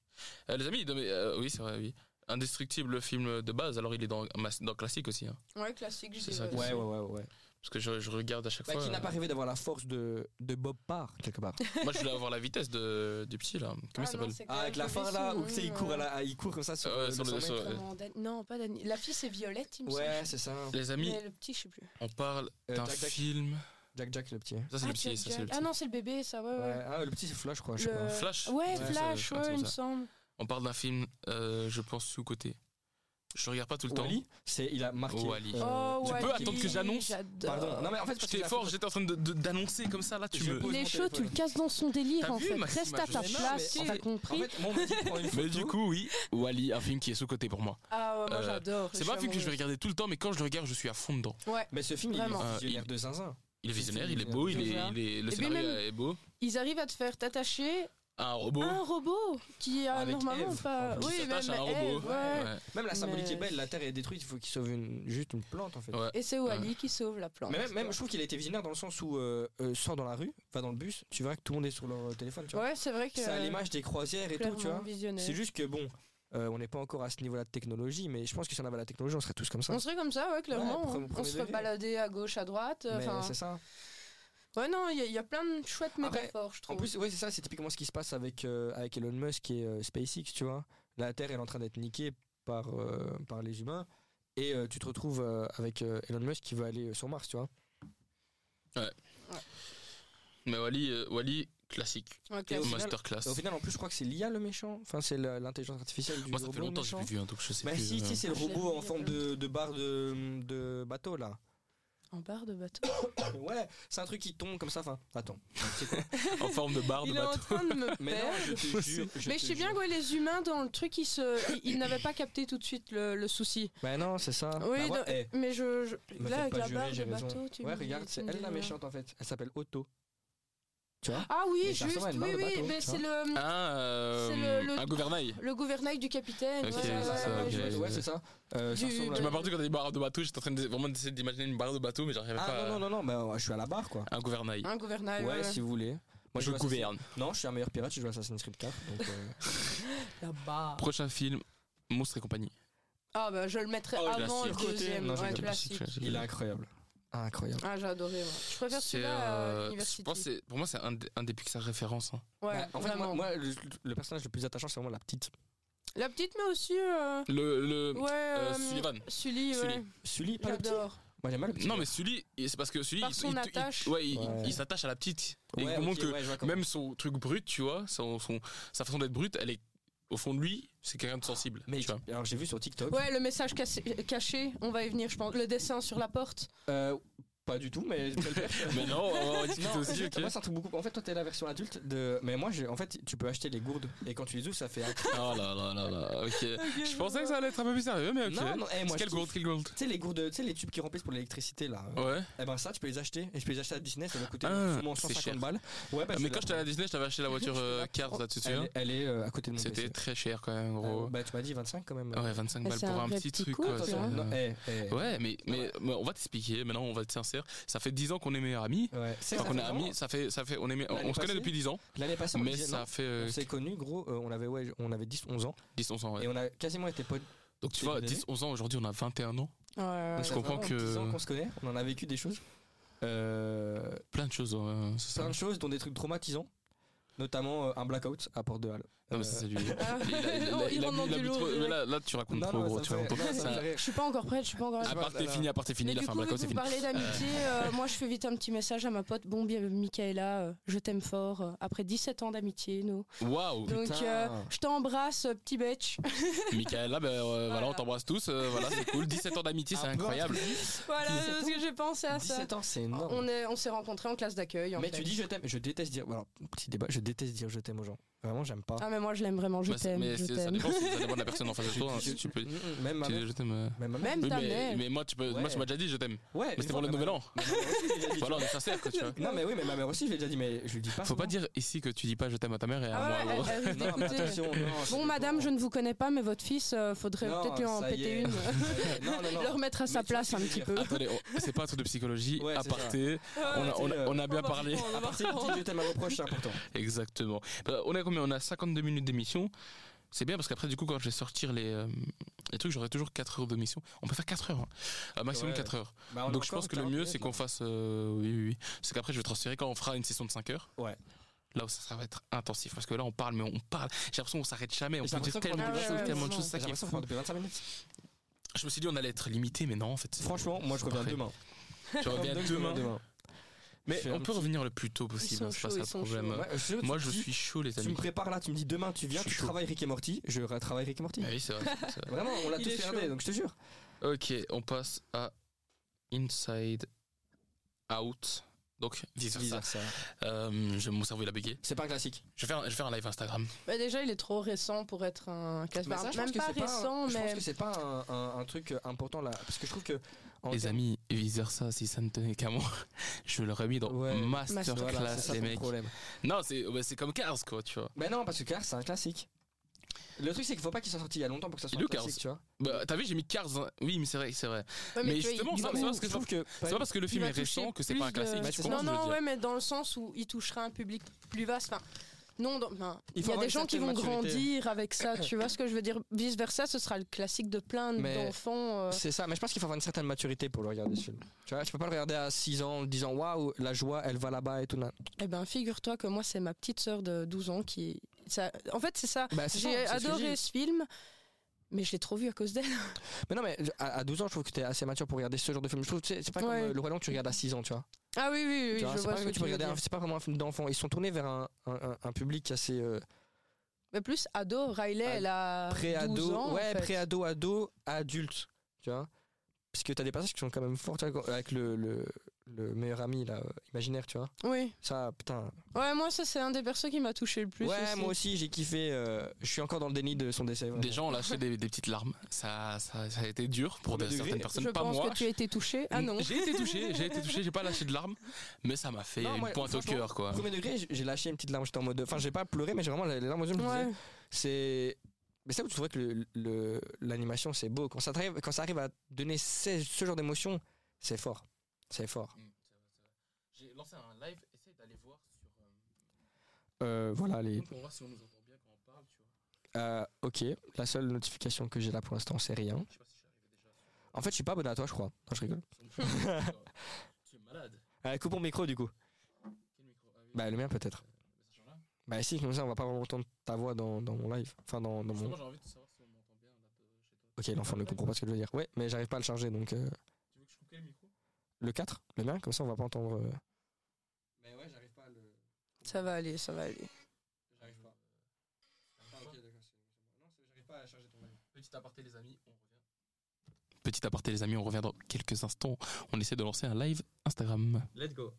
Euh, les amis, non, mais, euh, oui, c'est vrai, oui. Indestructible, le film de base, alors il est dans, dans classique aussi. hein.
Ouais, classique, je
C'est
dis,
ça,
ouais.
classique.
ouais, ouais.
Parce que je, je regarde à chaque
Bah,
fois.
qui n'a
euh,
pas rêvé d'avoir la force de, de Bob Parr, quelque
(laughs)
part.
Moi, je voulais avoir la vitesse de, du petit, là. Comment
Ah,
il
non,
s'appelle
c'est quand
Ah,
même
avec la
que
fin
des
là,
sons,
où tu sais, il court, à la, il court comme ça sur,
Ah ouais,
euh,
sur le-
200
sur-
mètres.
Comment, Dan- Non, pas Dani. La fille, c'est Violette, il me
Ouais,
semble.
c'est ça.
Les amis,
Mais le petit, je sais plus.
on parle
Euh,
d'un
Jack Jack.
film.
Jack Jack, le petit.
Ça, Ah, c'est le
Ah,
petit.
Jack
Ça, c'est le
Jack. Ah
petit.
non, c'est le bébé, ça, ouais, ouais.
Ouais, ah, le petit, c'est Flash, quoi. Je
Le-
crois.
Flash
Ouais,
c'est-
Flash,
c'est un
ouais, il
truc
me
ça.
semble.
On parle d'un film, euh, je pense, sous-côté. Je regarde pas tout le temps.
Wally, c'est, il a marqué. Euh,
Wall-E.
Oh,
tu
ouais,
peux attendre que
oui,
j'annonce
j'adore.
Pardon. Non, mais en fait, parce
J'étais
qu'il a
fort,
fait-
j'étais en train de- de- d'annoncer comme ça, là, tu
Je
me.
pose- mon
Il est chaud, tu
téléphone.
le casses dans son délire
T'as
en
vu,
fait.
Maxime,
Reste à
je
ta
sais.
place,
Non, mais en
t'as
fait-
compris
En
(laughs)
fait, moi, on m'a dit de prendre une
Mais
photo.
du coup, oui, Wally, un film qui est sous-côté pour moi.
Ah ouais, moi
Euh,
j'adore.
C'est pas un film que je vais
suis
regarder tout le temps, mais quand je le regarde, je suis à fond dedans.
Ouais.
Mais ce film,
Vraiment.
Euh,
il est visionnaire
il-
de zinzin.
Il est
C'est
visionnaire,
ce
il est
film,
beau, il
il est
est,
visionnaire.
il est- le
Et puis
scénario
même-
est beau.
Ils arrivent à te faire t'attacher
Un robot.
à un robot qui a
Avec
normalement
Ève, en
pas.
plus.
qui
Oui,
s'attache
même
à un
Ève,
robot.
ouais.
Ouais.
Même la symbolique
Mais-
est belle, la terre est détruite, il faut qu'il sauve une- juste une plante en fait.
Ouais.
Et c'est Wally qui sauve la plante.
Mais même, même, je trouve qu'il a été visionnaire dans le sens où euh, euh, sors dans la rue, va dans le bus, tu verras que tout le monde est sur leur euh, téléphone, tu vois.
Ouais, c'est vrai que. euh,
C'est à l'image des croisières et tout, tu vois.
clairement visionnaire.
C'est juste que bon, euh, on n'est pas encore à ce niveau-là de technologie, mais je pense que si on avait la technologie, on serait tous comme ça.
On serait comme ça, ouais, clairement.
Ouais,
hein.
premier
on se ferait
degré.
balader à gauche, à droite. euh,
Mais
enfin,
c'est ça.
Ouais, non, il y, a- il y a plein de chouettes
Après,
métaphores, je trouve.
En plus, ouais, c'est ça, c'est typiquement ce qui se passe avec, euh, avec Elon Musk et euh, SpaceX, tu vois. La Terre, elle est en train d'être niquée par, euh, par les humains. Et euh, tu te retrouves euh, avec euh, Elon Musk qui veut aller euh, sur Mars, tu vois.
Mais Wally, euh, Wally classique.
Ouais,
Et au
classique.
final-
Masterclass.
Et au final, en plus, je crois que c'est l'IA le méchant. Enfin, c'est la- l'intelligence artificielle du
Moi, ça fait
robot
longtemps que j'ai
méchant.
plus vu, hein, donc je sais
Bah
plus.
si,
euh,
si, c'est le
Je l'ai Ah, vu euh,
robot
il y
en
a
forme
pas
de, de barre de, de bateau, là.
En barre de bateau.
Ouais, c'est un truc qui tombe comme ça. Enfin, attends.
en forme de barre de
Il est en
bateau.
train de me
(laughs) Mais
perdre.
non, je te jure. Je
Mais
te
je sais bien
jure.
que ouais, les humains, dans le truc, ils, se... ils, ils n'avaient pas capté tout de suite le, le souci.
Bah non, c'est ça.
Oui,
Bah, ouais,
non,
eh,
mais je. je-
me
Là,
faites
avec
pas
la
jurer,
barre
j'ai
de
raison.
bateau, tu
Ouais,
me-
regarde,
tu
c'est
me
elle la
délires.
méchante en fait. Elle s'appelle Otto. Tu vois
Ah oui,
Mais ça
juste,
ressemble à une barre
oui,
de
oui,
bateau,
mais
tu
c'est le,
Ah, euh,
C'est le- le-
un gouvernail.
le gouvernail du capitaine.
Ok,
ouais,
c'est
ouais,
ça,
ouais,
ok.
je-
ouais, ouais, c'est ça. Euh, ça
Du-
ressemble à-
Tu
de-
m'as perdu quand t'as dit barre de bateau, j'étais en train de, vraiment d'essayer d'imaginer une barre de bateau, mais j'arrivais
Ah
pas
non,
à-
non, non, non, bah, je suis à la barre quoi.
un gouvernail.
Un gouvernail, Ah, ouais.
Ouais, si vous voulez.
je
Moi joue
gouverne.
Assassin's- Non, je suis un meilleur pirate, je joue à Assassin's Creed 4. Donc,
(laughs)
euh,
Prochain film, Monstre et compagnie.
Ah bah je le mettrais
Oh, il a
avant le
six côtés.
deuxième.
Non, je
ouais,
l'ai pas
classique.
il est incroyable. Incroyable.
Ah, j'ai adoré. moi. Je préfère
C'est,
celui-là
euh,
à
je
l'université.
pense que c'est- pour moi, c'est un, des- un des Pixar références. hein.
Ouais,
Bah, en fait, moi,
vraiment.
moi, le, le personnage le plus attachant, c'est vraiment la petite.
La petite, mais aussi. euh,
Le, le
Ouais.
euh,
euh,
Sullivan.
Sully,
Sully.
ouais.
Sully, pas le petit.
J'adore.
Moi, j'aime pas le petit.
Non, mais Sully, il- c'est parce que Sully,
Par
il-
son
il, il-
attache.
ouais, il-
Ouais.
il s'attache à la petite. Et
Ouais,
il montre
ok, ouais, je vois
que
comment.
même son truc brut, tu vois, son, son- sa façon d'être brute, elle est au fond de lui, c'est quelqu'un de sensible.
Mais
tu vois.
alors j'ai vu sur TikTok.
Ouais, le message cassé- caché, on va y venir, je pense. Le dessin sur la porte.
Euh, Pas du tout, (laughs) mais.
(laughs) Mais non, on va en (laughs) discuter
Non,
aussi,
juste,
ok.
moi, c'est un truc beaucoup. En fait, toi, t'es la version adulte de. Mais moi, j'ai- en fait, tu peux acheter les gourdes et quand tu les ouvres,
(laughs)
ça fait. un-
Oh là là là là, ok. Je pensais que ça allait être un peu plus sérieux, mais ok.
Non, non, eh, moi,
quel
je kiffe.
gold, quel gold
Tu sais, les gourdes, tu sais, les tubes qui remplissent pour l'électricité, là.
Ouais.
Eh ben, ça, tu peux les acheter. Et je peux les acheter à Disney, ça va coûter
Oh. Ah,
sûrement
c'est
150
cher.
balles. Ouais, bah, je
mais
l'ai-
quand j'étais à la Disney, je t'avais acheté la voiture
Je
euh,
l'ai-
Cars, là, tu te
elle,
souviens
est- elle est euh, à côté de mon
C'était
PC.
très cher quand même,
Euh,
gros.
bah, tu m'as dit 25 quand même.
Ouais, 25
Mais
balles
c'est
pour
un
un
vrai
petit
petit
truc,
coup,
quoi.
toi,
c'est-
hein.
Non, eh, eh.
Ouais, mais, mais mais on va t'expliquer, maintenant on va être sincère. Ça fait 10 ans qu'on est meilleurs amis.
Ouais. C'est
Enfin, qu'on est
vraiment-
amis, ça fait, ça fait, on, est, me- on
L'année
se connaît
passée,
depuis 10 ans,
L'année passée, on
mais
disait,
ça
non,
fait
on s'est connus, gros. euh, on avait, ouais, on avait 10, 11 ans.
10-11 ans. ouais.
Et on a quasiment été potes.
Donc tu
c'est
vois,
une année.
10-11 ans, aujourd'hui on a 21 ans.
Ouais, ouais, ouais.
Donc, ça fait
comprends
vraiment 10 ans
que-
qu'on se connaît, on en a vécu des choses. Euh,
Plein de choses, ouais, c'est ça.
plein de choses, dont des trucs traumatisants. Notamment euh, un blackout à Port de Halle.
Non, mais
Euh,
ça, c'est du. Il
Ah,
a- il a-
(laughs)
il a-
il
il a
rentre dans
bu- il a
du
bu
lourd,
trop- mais
direct.
là, là, tu racontes
non,
trop,
non,
gros.
ça
Tu
me fait-
racontes
non, ça me
ça.
fait rire.
Je suis pas encore prête, je suis pas encore
À
Ah,
prête.
part,
voilà,
t'es
là.
fini, à part, t'es fini,
Mais
la
du
fin
coup, vu
blackout,
que
c'est
vous
fini. (laughs)
parlez d'amitié, euh, moi je fais vite un petit message à ma pote. Bon, bien, Michaela, euh, je t'aime fort. euh, après 17 ans d'amitié, nous.
Waouh!
Donc,
putain.
euh, je t'embrasse, euh, petit bitch. (laughs)
Michaela, ben, euh, voilà, on t'embrasse tous. euh, voilà, c'est cool. 17 ans d'amitié,
Un
c'est
peu
incroyable.
voilà,
17
parce que j'ai pensé à ça.
17 ans, c'est énorme.
On est, on s'est rencontrés en classe d'accueil. en
Mais
fait.
tu dis je t'aime. Je déteste dire. Alors, petit débat, je déteste dire je t'aime aux gens. Vraiment, j'aime pas.
Ah mais moi je l'aime vraiment, je
Bah, c'est-
t'aime,
mais
je
c'est- ça
t'aime.
dépend, ça dépend de la personne en face de toi. hein, si tu peux-
Mm, mm, Même ma
tu dis,
mère.
je t'aime. euh.
Même ma mère.
Même
Oui,
ta
mais,
mère.
mais moi, tu peux, moi,
Ouais.
tu m'as déjà dit, je t'aime. Mais
Ouais, une
c'était pour
fois,
le
ma
nouvel
mère-
an.
ma mère aussi, je l'ai déjà dit.
Voilà, on est sincère, quoi, tu vois.
Non, mais oui, mais ma mère aussi, je l'ai déjà dit, mais je lui dis pas.
Faut pas
souvent.
dire ici que tu dis pas je t'aime à ta mère et à
Ah ouais,
moi. gros.
elle- elle risque
Non, mais
d'écouter.
attention, non, ça
Bon
dépend.
madame, je ne vous connais pas, mais votre fils, euh, faudrait
Non,
peut-être lui en
ça y
péter
(laughs) est.
une. (laughs)
non, non, non.
le remettre à
Mais
sa
tu vois
place
ce que
un
je veux
petit
dire. (laughs)
peu.
Attendez, on- c'est pas un truc de psychologie,
Ouais,
à
c'est ça.
aparté. On a, on a- on a bien parlé.
À partir du je t'aime à reproche, c'est important.
(laughs) Exactement. Bah, on a combien On a 52 minutes d'émission. C'est bien parce qu'après, du coup, quand je vais sortir les, euh, les trucs, j'aurai toujours 4 heures d'émission. On peut faire 4 heures, hein. Un maximum
Ouais.
4 heures.
Bah, on a
Donc je
encore
pense que le
40
mieux,
minutes,
c'est
là.
qu'on fasse. euh, oui, oui, oui. C'est qu'après, je vais transférer quand on fera une session de 5 heures.
Ouais.
Là où ça, ça va être intensif parce que là, on parle, mais on parle. J'ai l'impression qu'on s'arrête jamais. On
J'ai
peut dire
l'impression qu'on
tellement de
parle-
choses,
Ouais,
tellement
ouais,
de choses. ça
J'ai
qui est
l'impression qu'on
fou.
parle depuis 25 minutes.
Je me suis dit, on allait être limité, mais non, en fait.
Franchement, moi je reviens
Parfait.
demain.
Je reviens demain.
Je
Mais
fais
on
un
peut
petit-
revenir le plus tôt
Ils
possible,
sont
hein, c'est pas
chauds,
ça le
ils sont
problème.
chauds.
Ouais, je-
Moi, je
tu-
suis chaud, les
Tu me
amis.
prépares là, tu me dis demain tu viens,
Je suis
tu
chaud.
travailles Rick et Morty, je travaille Rick et Morty.
Ah oui, c'est vrai. c'est vrai.
Vraiment, on l'a
Il
tous
est
regardé,
chaud.
donc je te jure.
Ok, on passe à Inside Out. Donc, vice versa.
ça.
Euh, je- mon cerveau il a bugué.
C'est pas un classique.
Je vais faire, je vais faire un live Instagram.
Bah, déjà il est trop récent pour être un classe.
Mais
Bah,
ça, je
même
pense que
pas
c'est pas
récent,
un- je pense
mais
que c'est pas un, un- un truc important là, parce que je trouve que en
les
termes-
amis, vice versa, si ça ne tenait qu'à moi, (laughs) je l'aurais mis dans
Ouais.
Masterclass,
Voilà, c'est ça
les
son
mecs.
problème.
Non, c'est bah, c'est comme Cars, quoi, tu vois.
Mais Bah non, parce que Cars c'est un classique. Le truc c'est qu'il faut pas qu'il soit sorti il y a longtemps pour que ça soit
Il est
un
où, Cars
classique, tu vois.
Bah, T'as vu, j'ai mis Cars. hein. Oui, mais c'est vrai, c'est vrai.
Ouais,
mais
tu vois,
justement,
il-
ça-
il-
ça, parce que je trouve
que
C'est pas parce que le film
il
est
va toucher
récent que c'est pas un
plus de-
classique.
Bah,
tu
c'est
comprends
Non
ce que je veux
non
dire
ouais, mais dans le sens où il touchera un public plus vaste. Enfin, non, dans- enfin,
Il
il
faut
y a
avoir
des
une
gens qui vont
certaine maturité.
grandir avec ça. tu vois ce que je veux
(coughs)
dire Vice versa, ce sera le classique de plein
Mais-
d'enfants. euh,
C'est ça, mais je pense qu'il faut avoir une certaine maturité pour le regarder ce film. Tu vois, tu peux pas le regarder à 6 ans en disant waouh, la joie elle va là-bas et tout. nan.
Eh ben, figure-toi que moi, c'est ma petite sœur de 12 ans qui. Ça... En fait, c'est ça.
Bah, c'est ça,
J'ai
c'est ce que je
adoré
dis.
ce, film, mais je l'ai trop vu à cause d'elle.
Mais non, mais à, à 12 ans, je trouve que t'es assez mature pour regarder ce genre de film. Je trouve que c'est c'est pas
Ouais.
comme euh, Le Roi Lion que tu regardes à 6 ans, tu vois.
Ah oui, oui, oui,
Tu vois,
je
c'est
vois
pas
ce
que tu peux
que tu veux
regarder,
dire.
un- c'est pas vraiment un film d'enfant. Ils sont tournés vers un, un, un- un public assez euh,
Mais plus ado, Riley,
Ah,
elle a 12
pré-ado,
ans. en
ouais,
fait.
pré-ado, ado, adulte, tu vois. Parce que t'as des passages qui sont quand même forts, tu vois, quand- avec le, le, le meilleur ami là, euh, imaginaire, tu vois.
Oui.
Ça, putain.
Ouais, moi, ça, c'est un des persos qui m'a touché le plus.
ouais,
aussi.
moi aussi, j'ai kiffé. euh, je suis encore dans le déni de son décès. vraiment.
Des gens ont lâché des, des petites larmes. Ça, ça, ça a été dur pour
Premier
des-
degré.
certaines personnes,
Je
pas
pense
moi.
que tu as été touché. Ah non.
J'ai été
(laughs)
touché, j'ai été touché, j'ai pas lâché de larmes, mais ça m'a fait
Non,
une
moi,
pointe au
franchement,
cœur, quoi.
Premier degré, j'ai- j'ai lâché une petite larme. J'étais en mode. Enfin, j'ai pas pleuré, mais j'ai vraiment les larmes aux yeux. je me disais,
Ouais.
c'est mais ça où tu trouves que le- le- l'animation c'est beau quand ça arrive quand ça arrive à donner ce, ce genre d'émotion c'est fort c'est fort
Hmm, J'ai lancé un live, essaye d'aller voir sur.
Euh, voilà les
pour voir si on nous entend bien quand on parle, tu vois.
Euh, ok la seule notification que j'ai là pour l'instant c'est rien
Je sais pas si je suis arrivé déjà.
en fait je suis pas abonné à toi je crois non, je rigole
(laughs) tu es malade.
euh, coupe mon micro du coup
Quel micro
bah le mien peut-être bah si comme ça on va pas vraiment entendre ta voix dans, dans mon live enfin dans, dans mon
j'ai envie de savoir si on m'entend bien là chez toi.
ok l'enfant ne comprend pas ce que je veux dire ouais mais j'arrive pas à le charger donc euh,
Tu veux que je coupe le micro
le 4 le mien comme ça on va pas entendre euh,
Mais ouais, j'arrive pas à le.
Ça va aller, ça va aller.
J'arrive pas. Petit aparté, les amis, on revient. Petit aparté, les amis, on revient dans quelques instants. On essaie de lancer un live Instagram.
Let's go.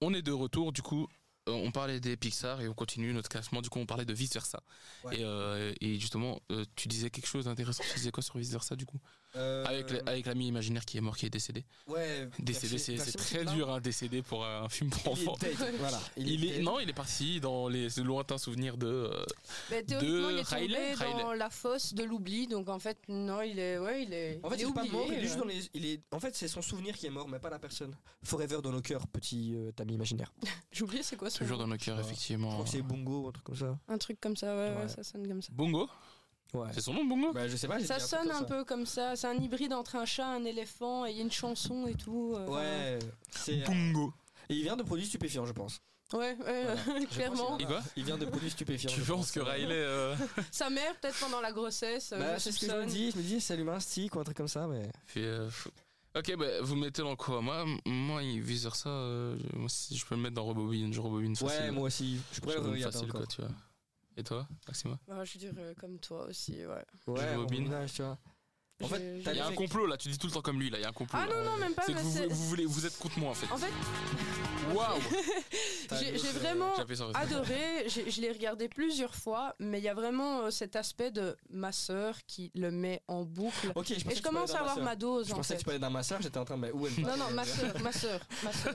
On est de retour, du coup, euh, on parlait des Pixar et on continue notre classement, du coup, on parlait de vice versa.
Ouais.
Et, euh, et justement, euh, tu disais quelque chose d'intéressant, tu disais quoi sur vice versa, du coup
Euh,
Avec la- avec l'ami imaginaire qui est mort, qui est décédé.
Ouais,
Décédé,
merci-
c'est
merci
c'est
pour
très
cette
dur, hein, décédé pour un film pour
larme. Il est
enfants.
dead, voilà.
Il est-
dead.
non, il est parti dans les lointains souvenirs de. euh,
Mais théoriquement, il est tombé
Riley,
dans
Riley.
la fosse de l'oubli, donc en fait, non, il est, ouais, il est,
En fait,
il est
il est pas
oublié. euh.
mort, il est juste
ouais.
dans les. Il est... En fait, c'est son souvenir qui est mort, mais pas la personne. Forever dans nos cœurs, petit euh, ami imaginaire.
J'ai oublié c'est quoi ce
toujours dans nos cœurs,
Ah.
effectivement.
Je crois que c'est Bongo ou un truc comme ça.
Un truc comme ça, ouais, ouais,
Ouais.
ça sonne comme ça.
Bongo
Ouais.
C'est son nom, Bongo
Bah, je sais pas, j'ai
Ça
dit truc
sonne
comme
un
ça.
peu comme ça, c'est un hybride entre un chat, un éléphant, et il y a une chanson et tout. euh,
Ouais, c'est. euh,
Bongo
Et il vient de produits stupéfiants, je pense.
Ouais, ouais, (laughs)
Voilà. Je pense qu'il
clairement.
en a-
Et quoi
Il vient de produits stupéfiants.
Tu
je
penses que Riley. euh,
Sa mère, peut-être pendant la grossesse. euh,
Bah,
je
c'est ce que je me
soupçonne.
dis. Je me dis, ça lui met un stick ou un truc comme ça, mais.
fait, euh, f- Ok, bah, vous me mettez dans quoi Moi, m- moi il vise ça. euh, je- moi, si je peux le mettre dans Robobine, je rebobine facile.
Ouais, moi aussi. Je
Je
pourrais le
rebobine
regarder
facile, quoi,
encore.
tu vois. Et toi, Maxima
Ouais, Bah, je dirais comme toi aussi, ouais.
Je
Ouais,
rebobine.
rebobinage, tu vois. En fait,
J'ai-
t'as
Il
j'ai-
y a un
Avec-
complot là, tu dis tout le temps comme lui là, il y a un complot.
Ah
là.
non, non, même pas.
C'est que
mais
vous,
c'est-
vous voulez, vous êtes contre moi en fait.
En fait, (laughs)
Waouh
T'as
j'ai
vu, euh,
j'ai
c'est-
vraiment
J'appuie sur le bouton.
adoré, j'ai- je l'ai regardé plusieurs fois, mais il y a vraiment euh, cet aspect de ma sœur qui le met en boucle.
Ok, je, pensais
Et
que
je
tu
commence
parlais
à
d'un
avoir
masseur.
ma dose,
Je
en
pensais que
fait.
tu parlais d'un masseur, j'étais en train de. mais Où elle
Non, non, ma sœur, ma sœur, ma sœur.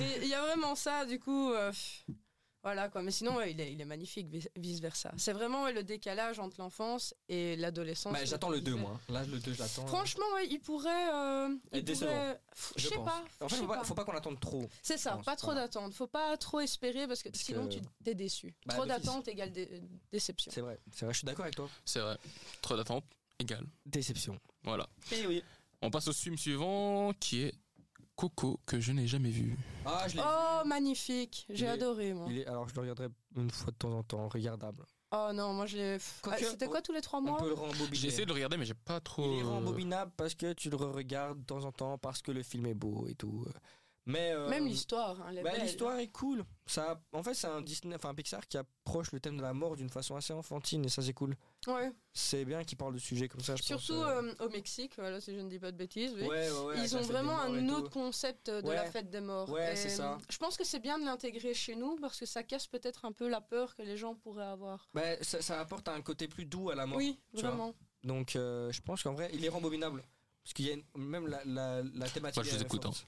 Et Il y a vraiment ça, du coup. euh, pff, voilà, quoi. Mais sinon, ouais, il, est, il est magnifique, vi- vice-versa. C'est vraiment ouais, le décalage entre l'enfance et l'adolescence.
Bah, j'attends le 2,
Vice-versa.
moi. Là, le 2, je l'attends.
Franchement, ouais, il pourrait. euh, il
Être décevant.
pourrait- pff, Je
Je
sais
pense.
pas.
En fait,
je sais
faut pas,
pas.
faut pas qu'on attende trop.
C'est ça,
pense,
pas trop
voilà.
d'attente. Faut pas trop espérer parce que
Parce
sinon
que-
tu t'es déçu.
Bah,
trop
d'office.
d'attente égale dé- déception.
C'est vrai, c'est vrai, je suis d'accord avec toi.
C'est vrai. Trop d'attente, égal.
Déception.
Voilà.
Eh oui.
On passe au film suivant qui est Coco que je n'ai jamais vu.
Ah, je l'ai.
Oh, magnifique.
Il
J'ai
est-
adoré, moi.
Il est- Alors, je le regarderai une fois de temps en temps, regardable.
Oh non, moi je l'ai. pff,
Quoique,
ah, C'était
on-
quoi tous les trois
On
mois
peut le rembobiner.
J'ai essayé de le regarder mais j'ai pas trop. euh,
Il est rembobinable parce que tu le regardes de temps en temps, parce que le film est beau et tout. Mais. euh,
Même l'histoire. hein, elle est
bah,
belle.
l'histoire est cool. Ça, en fait, c'est un Disney, enfin un Pixar qui approche le thème de la mort d'une façon assez enfantine et ça c'est cool.
Ouais.
C'est bien qu'il parle de sujets comme ça. Je
Surtout
pense, euh.
euh, au Mexique, voilà, si je ne dis pas de bêtises. oui.
Ouais, ouais, ouais, avec la
Ils ont
fête des
vraiment
morts et
un
tout.
autre concept de
Ouais.
la fête des morts.
Ouais,
Et,
c'est ça.
euh, Je pense que c'est bien de l'intégrer chez nous parce que ça casse peut-être un peu la peur que les gens pourraient avoir.
Bah, ça, ça apporte un côté plus doux à la mort.
Oui,
tu vois.
vraiment.
Donc euh, je pense qu'en vrai, il est rembobinable. Parce qu'il y a une- même la, la, la thématique.
Moi, je
est
les écoute,
forte.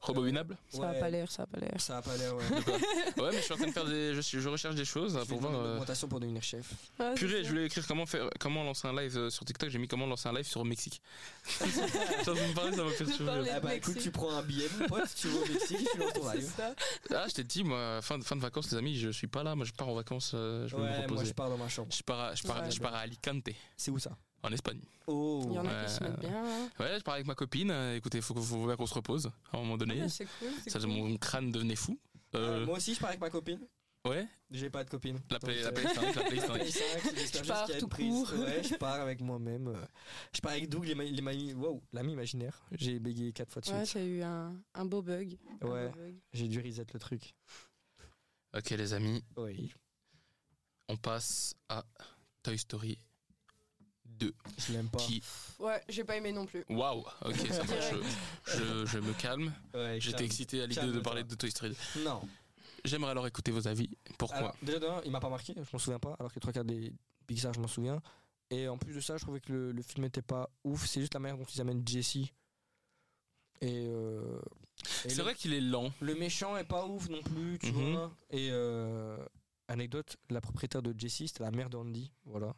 Rebobinable
Ça n'a
Ouais,
pas l'air, ça n'a pas l'air.
Ça a pas
(laughs)
l'air, ouais.
Ouais, mais je suis en train de faire des. Je, suis- je recherche des choses
Je
pour
vais
voir.
demander une
euh,
augmentation pour devenir chef.
Ouais, Ah, c'est
Purée,
ça.
je voulais écrire comment faire, comment lancer un live euh, sur TikTok. J'ai mis comment lancer un live sur le Mexique. ça me parle, ça m'a fait
De
sourire.
parler.
Ah bah
Mexique.
écoute, tu prends un billet, mon pote, tu vas au Mexique et tu lances ton
C'est
live.
ça.
Ah, je t'ai dit, moi, fin, de- fin de vacances, les amis, je suis pas là. Moi, je pars en vacances. euh, (laughs) je vais me
Ouais, moi
reposer.
je pars dans ma chambre.
je... pars, à, je, pars,
Ouais.
je pars à Alicante,
C'est où ça
en Espagne.
Oh
Il y en a
Ouais.
qui se mettent bien. hein.
Ouais, je pars avec ma copine. euh, Écoutez, faut, qu'on- faut bien qu'on se repose à un moment
Ah,
donné.
bah, c'est cool. c'est
ça,
cool.
mon crâne devenait fou.
Euh,
Euh,
Moi aussi, je pars avec ma copine.
ouais,
J'ai pas de copine.
la
Donc,
play,
euh,
la play, la play,
(laughs) la Play 5, c'est l'histoire
Je pars
qui a été
tout
prise.
court.
Ouais, je pars avec moi-même. euh. Je pars avec Doug, les ma- les ma- wow, l'ami imaginaire. J'ai bégayé 4 fois de
Ouais,
suite.
t'as eu un, un beau bug. Un
Ouais,
beau bug.
j'ai dû reset le truc.
Ok, les amis,
Oui.
on passe à Toy Story 2.
Je l'aime pas.
Qui
Ouais, j'ai pas aimé non plus.
Waouh, ok, ça va, je, je, je me calme.
Ouais,
J'étais
calme.
excité à l'idée de
Calme-toi.
parler de Toy Story 2.
Non.
J'aimerais alors écouter vos avis. Pourquoi
Alors, déjà, d'un, il m'a pas marqué, je m'en souviens pas, alors que les trois quarts des Pixar, je m'en souviens. Et en plus de ça, je trouvais que le, le film était pas ouf. C'est juste la manière dont ils amènent Jessie. Et. euh, et
C'est
le-
vrai qu'il est lent.
Le méchant est pas ouf non plus, tu
Mhm.
vois. Et euh, anecdote, la propriétaire de Jessie, c'était la mère d'Andy. Voilà.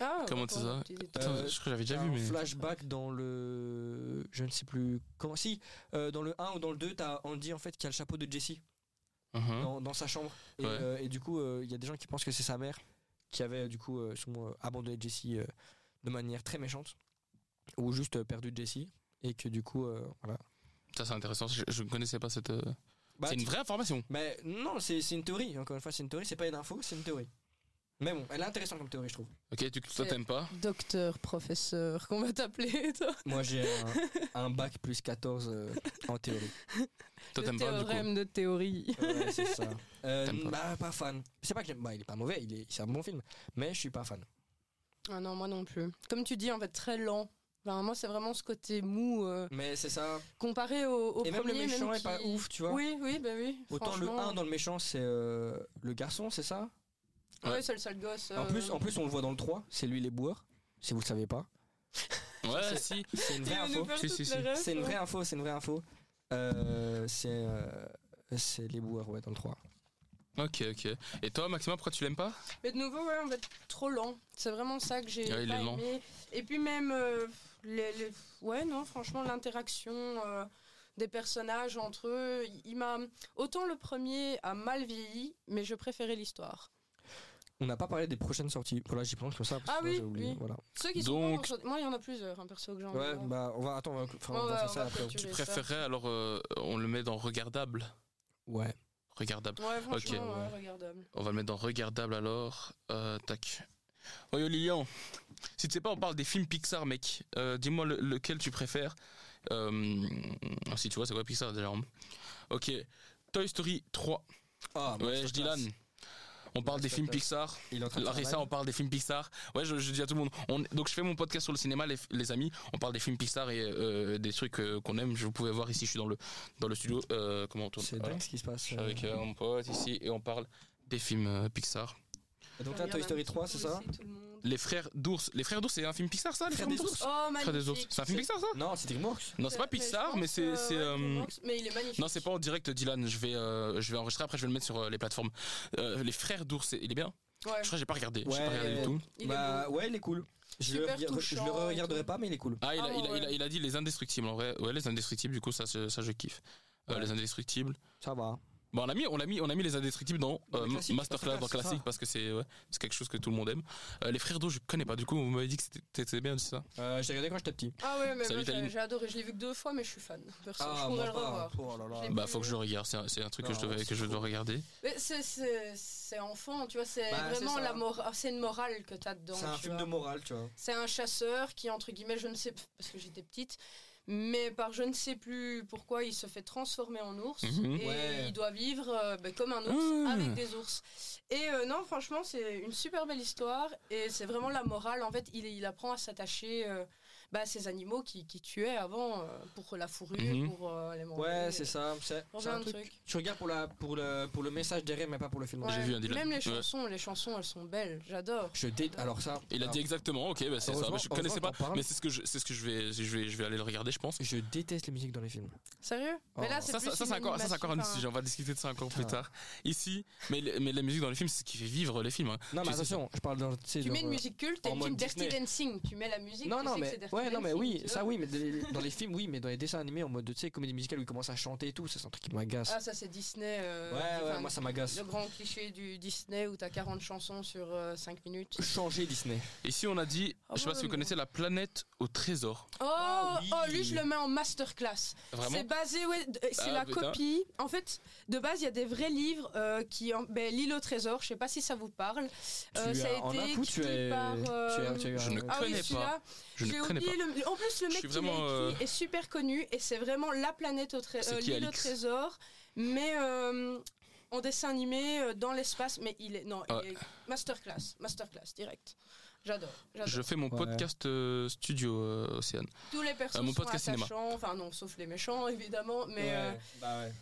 Ah,
Comment
d'accord,
c'est ça
des petits détails.
Attends,
Euh,
je crois que j'avais déjà
T'as
vu,
un
mais.
flashback dans le. Je ne sais plus comment. Si, euh, dans le 1 ou dans le 2, t'as Andy en fait qui a le chapeau de Jessie
Mhm.
dans, dans sa chambre. Et,
Ouais.
euh, et du coup, euh, il y a des gens qui pensent que c'est sa mère qui avait du coup euh, sûrement, euh, abandonné Jessie euh, de manière très méchante ou juste euh, perdu Jessie. Et que du coup, euh, voilà.
Ça, c'est intéressant. Je, je ne connaissais pas cette. euh,
Bah,
c'est une
tu-
vraie information.
Mais non, c'est c'est une théorie. Encore une fois, c'est une théorie, c'est pas une info, c'est une théorie. Mais bon, elle est intéressante comme théorie, je trouve.
Ok, tu, toi,
C'est-
t'aimes pas
Docteur, professeur, qu'on va t'appeler, toi.
Moi, j'ai (laughs) un, un bac plus 14 euh, en théorie.
Toi,
Le
t'aimes pas, du coup.
théorème de théorie.
Ouais, c'est (laughs) ça. Euh,
T'aimes pas.
bah, pas fan. C'est pas que j'aime. Bah, il est pas mauvais, il est- c'est un bon film. Mais je suis pas fan.
Ah non, moi non plus. Comme tu dis, en fait, très lent. Ben, moi, c'est vraiment ce côté mou euh,
Mais c'est ça.
comparé au, au
Et même
premier.
le méchant est
qui-
pas ouf, tu vois.
Oui, oui, ben oui.
Autant le
franchement.
1 dans le méchant, c'est euh, le garçon, c'est ça
Ouais.
Ouais, c'est le seul gosse.
en,
euh,
plus, en plus, on le voit dans le 3, c'est lui les boueurs, si vous le savez pas.
Ouais, si.
C'est
(laughs)
une
il
vraie
va nous
info.
faire
Si,
toutes
si,
les
si.
refs,
C'est une
ouais.
vraie info, c'est une vraie info. Euh, c'est euh, c'est les boueurs, ouais, dans le 3.
Ok, ok. Et toi, Maxima, pourquoi tu l'aimes pas
Mais de nouveau, ouais, on va être trop lent. C'est vraiment ça que j'ai
Ah, il
pas
est lent.
aimé. Et puis même, euh, les, les- ouais, non, franchement, l'interaction euh, des personnages entre eux, il- il m'a autant le premier a mal vieilli, mais je préférais l'histoire.
On n'a pas parlé des prochaines sorties. Voilà, j'y pense comme ça. Parce
Ah
que sinon,
oui,
j'ai oublié,
oui.
Voilà.
Ceux qui sont
Donc-
bons, moi, il y en a plusieurs, un perso que j'ai envie
Ouais,
de voir.
bah, on va, attends, on va, enfin,
Ouais,
on va
ouais,
faire
on
ça
va
après.
clôturer.
Tu
Oui,
préférais alors euh, on le met dans regardable.
Ouais.
Regardable.
Ouais, franchement, euh,
Ok.
ouais, regardable.
On va le mettre dans regardable alors. Euh, tac. Oh yo Lilian, si tu sais pas, on parle des films Pixar, mec. Euh, Dis-moi le- lequel tu préfères. Euh, si tu vois, c'est quoi Pixar déjà en- Ok. Toy Story 3.
Ah,
Ouais, bah, je dis Lan. On parle des films Pixar.
Il est en train de
Là, ça, on
travailler.
parle des films Pixar. Ouais, je, je dis à tout le monde. On- donc, je fais mon podcast sur le cinéma, les, les amis. On parle des films Pixar et euh, des trucs euh, qu'on aime. Je vous pouvez voir ici. Je suis dans le dans le studio. Euh, comment on tourne
C'est
Voilà.
dingue ce qui se passe.
Je suis
euh.
avec euh, mon pote ici et on parle des films euh, Pixar.
Donc
Ah,
là, Toy Story 3, c'est ça
Laisser tout le monde.
Les frères d'ours. Les frères d'ours, c'est un film Pixar, ça Les
Frères
frères
des
d'ours.
ours
Oh,
Les
magnifique.
Frères des ours. C'est un film Pixar, ça
Non, c'est DreamWorks.
Non, c'est pas
Mais je
Pixar,
pense,
mais c'est
euh,
c'est.
ouais,
euh,
DreamWorks, Mais il est magnifique.
Non, c'est pas en direct, Dylan. Je vais, euh, je vais enregistrer après, je vais le mettre sur euh, les plateformes. Euh, les frères d'ours, c'est- il est bien.
Ouais,
Je crois que j'ai pas regardé. J'ai
Ouais.
pas regardé du tout.
il est
bah
beau.
ouais, il est cool. Je le,
Super
re- je
touchant
le
et
regarderai
tout.
pas, mais il est cool.
Ah, il a, il
Ah,
a-
ouais.
il a- il a dit les indestructibles en vrai. Ouais, les indestructibles, du coup, ça, c'est- ça je kiffe. Euh,
Ouais.
Les indestructibles.
Ça va.
Bon, on a mis, on a mis, on a mis les indestructibles dans
Dans
euh,
les classiques,
Masterclass, dans
Masterclass,
classique,
ça.
parce que c'est ouais, c'est quelque chose que tout le monde aime. Euh, les frères d'eau, je connais pas. Du coup, vous m'avez dit que c'était- c'était bien, c'est ça
Euh, J'ai regardé quand j'étais petit.
Ah ouais, mais
Salut,
moi, j'ai
Taline.
j'ai adoré. Je l'ai vu que deux fois, mais je suis fan. Perso, je
Ah, moi
pourrais le
pas.
revoir.
Oh là là.
Je l'ai-
Bah, faut que je le regarde. C'est un, c'est un truc que
Non,
je, devais-
c'est
que je dois
fou.
regarder.
Mais c'est- c'est c'est enfant, tu vois, c'est
Bah, c'est
vraiment
ça.
la morale. C'est une morale que t'as dedans.
C'est un
tu
film
vois.
de morale, tu vois.
C'est un chasseur qui, entre guillemets, je ne sais p- parce que j'étais petite, mais par je ne sais plus pourquoi, il se fait transformer en ours
Mhm.
et
Ouais.
il doit vivre euh, bah, comme un ours
Mmh.
Ah.
Hmm.
avec des ours. Et euh, non, franchement, c'est une super belle histoire et c'est vraiment la morale. En fait, il, il apprend à s'attacher. euh, bah, à ces animaux qui, qui tuaient avant euh, pour la fourrure,
Mhm.
pour euh, les manger.
Ouais, c'est ça. C'est
Pour
c'est
plein
un
de
truc.
trucs.
Tu regardes pour, la, pour, le, pour le message derrière, mais pas pour le film.
Ouais,
J'ai vu un Dylan.
Même les
Ouais.
chansons, les chansons, elles sont belles, j'adore.
Je dé... Alors ça. ah.
Il a
alors,
dit exactement, ok, bah, c'est ça.
Heureusement-
Mais je connaissais
heureusement
pas,
qu'on parle.
mais c'est ce que je, c'est ce que je vais, je vais, je vais aller le regarder, je pense.
Je déteste les musiques dans les films.
Sérieux Mais
Oh.
là, Ah, c'est
Ça, ça, ça,
plus
c'est
une
encore, ça, c'est encore un autre
animation,
sujet. On va discuter de ça encore plus
Putain.
tard. Ici, mais, le- mais la musique dans les films, c'est ce qui fait vivre les films. hein.
Non,
Tu
mais
sais
attention, je parle dans.
Tu mets une musique culte
euh, en
et tu
mode
une Dirty
Disney.
Dancing. Tu mets la musique.
Non,
tu
non,
sais que
mais,
c'est Dirty
ouais, non, mais
Dancing,
oui,
tu
ça
vois.
oui, mais dans- dans les films, oui, mais dans les dessins animés, en mode, tu sais, comédie musicale où ils commencent à chanter et tout, ça, c'est un truc qui m'agace.
Ah, ça c'est Disney. euh,
ouais, ouais,
enfin,
moi, ça m'agace.
Le grand cliché du Disney où t'as 40 chansons sur 5 minutes.
Changer Disney.
Ici, on a dit,
Ah
je sais pas
ouais,
si vous
mais-
connaissez la planète au trésor.
Oh,
Ah oui.
oh, lui je le mets en masterclass.
Vraiment.
C'est basé, ouais, d- c'est
Ah,
la
putain.
copie. En fait, de base, il y a des vrais livres euh, qui, en- ben, l'île au trésor. Je sais pas si ça vous parle. Euh,
Tu
ça
as-
a
en
été
un coup, tu
écrit
es.
par, euh,
tu as- tu as eu
Je
un-
ne
Ah
connais
oui,
pas.
celui-là.
Je
J'ai
ne connais
oublié
pas.
le- En plus, le
Je
mec
suis
qui
vraiment, euh,
l'a écrit est super connu et c'est vraiment la planète au tré-
C'est
euh,
qui,
l'île au
Alix
trésor, mais euh, en dessin animé euh, dans l'espace. Mais il est non,
Ouais.
il est masterclass, masterclass direct. J'adore, j'adore.
Je fais mon
Ouais.
podcast euh, studio euh, Océane.
Tous les personnages
Euh, mon
sont
podcast cinéma.
attachants, enfin non, sauf les méchants (laughs) évidemment, mais. euh,
Ouais, bah ouais.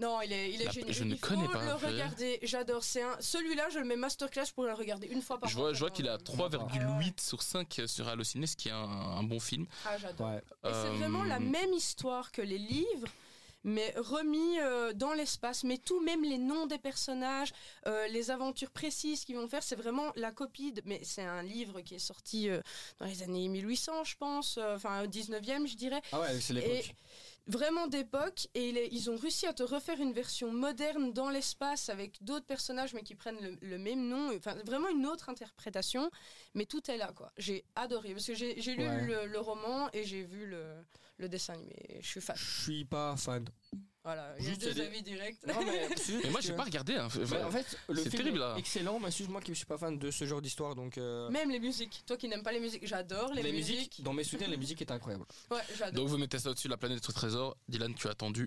non, il est, il est
La-
génial.
je ne
Il faut
connais pas,
le
en fait.
regarder. J'adore. C'est un. Celui-là, je le mets masterclass pour le regarder une fois par
Je vois, je vois
vraiment.
qu'il a
Ah
3,8
ouais.
sur 5 sur Allociné, ce qui est un, un bon film.
Ah, j'adore.
Ouais.
Et c'est vraiment la
Euh,
même histoire que les livres, mais remis euh, dans l'espace. Mais tout, même les noms des personnages, euh, les aventures précises qu'ils vont faire, c'est vraiment la copie. de- Mais c'est un livre qui est sorti euh, dans les années 1800, je pense, euh, enfin au 19e, je dirais.
Ah ouais, c'est l'époque.
Vraiment d'époque. Et il est- ils ont réussi à te refaire une version moderne dans l'espace avec d'autres personnages, mais qui prennent le, le même nom. Enfin, vraiment une autre interprétation. Mais tout est là, quoi. J'ai adoré. Parce que j'ai j'ai lu
Ouais.
le, le roman et j'ai vu le, le dessin animé. Je suis fan.
Je suis pas fan.
Voilà. Il y a
Juste
deux
aller-
avis directs.
Non, (laughs) mais.
Mais moi, j'ai pas regardé. hein.
Mais en fait, le
C'est
film
terrible,
est
là.
excellent, mais juste moi qui suis pas fan de ce genre d'histoire, donc euh,
(laughs) Même les musiques. Toi qui n'aimes pas les musiques, j'adore les, musiques.
dans mes souvenirs, la musique est incroyable.
Ouais, j'adore.
Donc vous mettez ça au-dessus, la planète au trésor. Dylan, tu as attendu.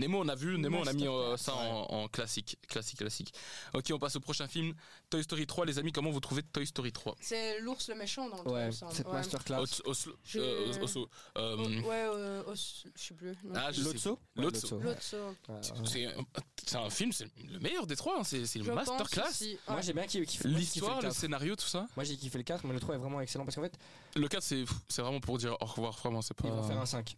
Nemo, on a vu, Nemo, on a mis euh, ça
Ouais.
en, en classique, classique, classique. Ok, on passe au prochain film, Toy Story 3, les amis, comment vous trouvez Toy Story 3
C'est l'ours le méchant dans le
Ouais,
film, ça.
cette
ouais.
Euh,
masterclass.
Os- Oslo-
Je-
euh, Os- Oslo- euh,
Oh, ouais, euh, os- je sais plus. non
Ah,
plus.
je-
Lotso
Ouais, Lotso.
Ouais.
L'autre saut.
Ouais, ouais.
c'est un- c'est un film, c'est le meilleur des trois, hein, c'est c'est
Je
le
pense
masterclass.
aussi. Ouais.
Moi j'ai bien kiffé kiffé- moi, j'ai kiffé
L'histoire,
le
le
4.
scénario, tout ça.
Moi j'ai kiffé le 4, mais le 3 est vraiment excellent parce qu'en fait,
Le 4, c'est c'est vraiment pour dire au revoir, vraiment, c'est pas.
ils vont faire un 5.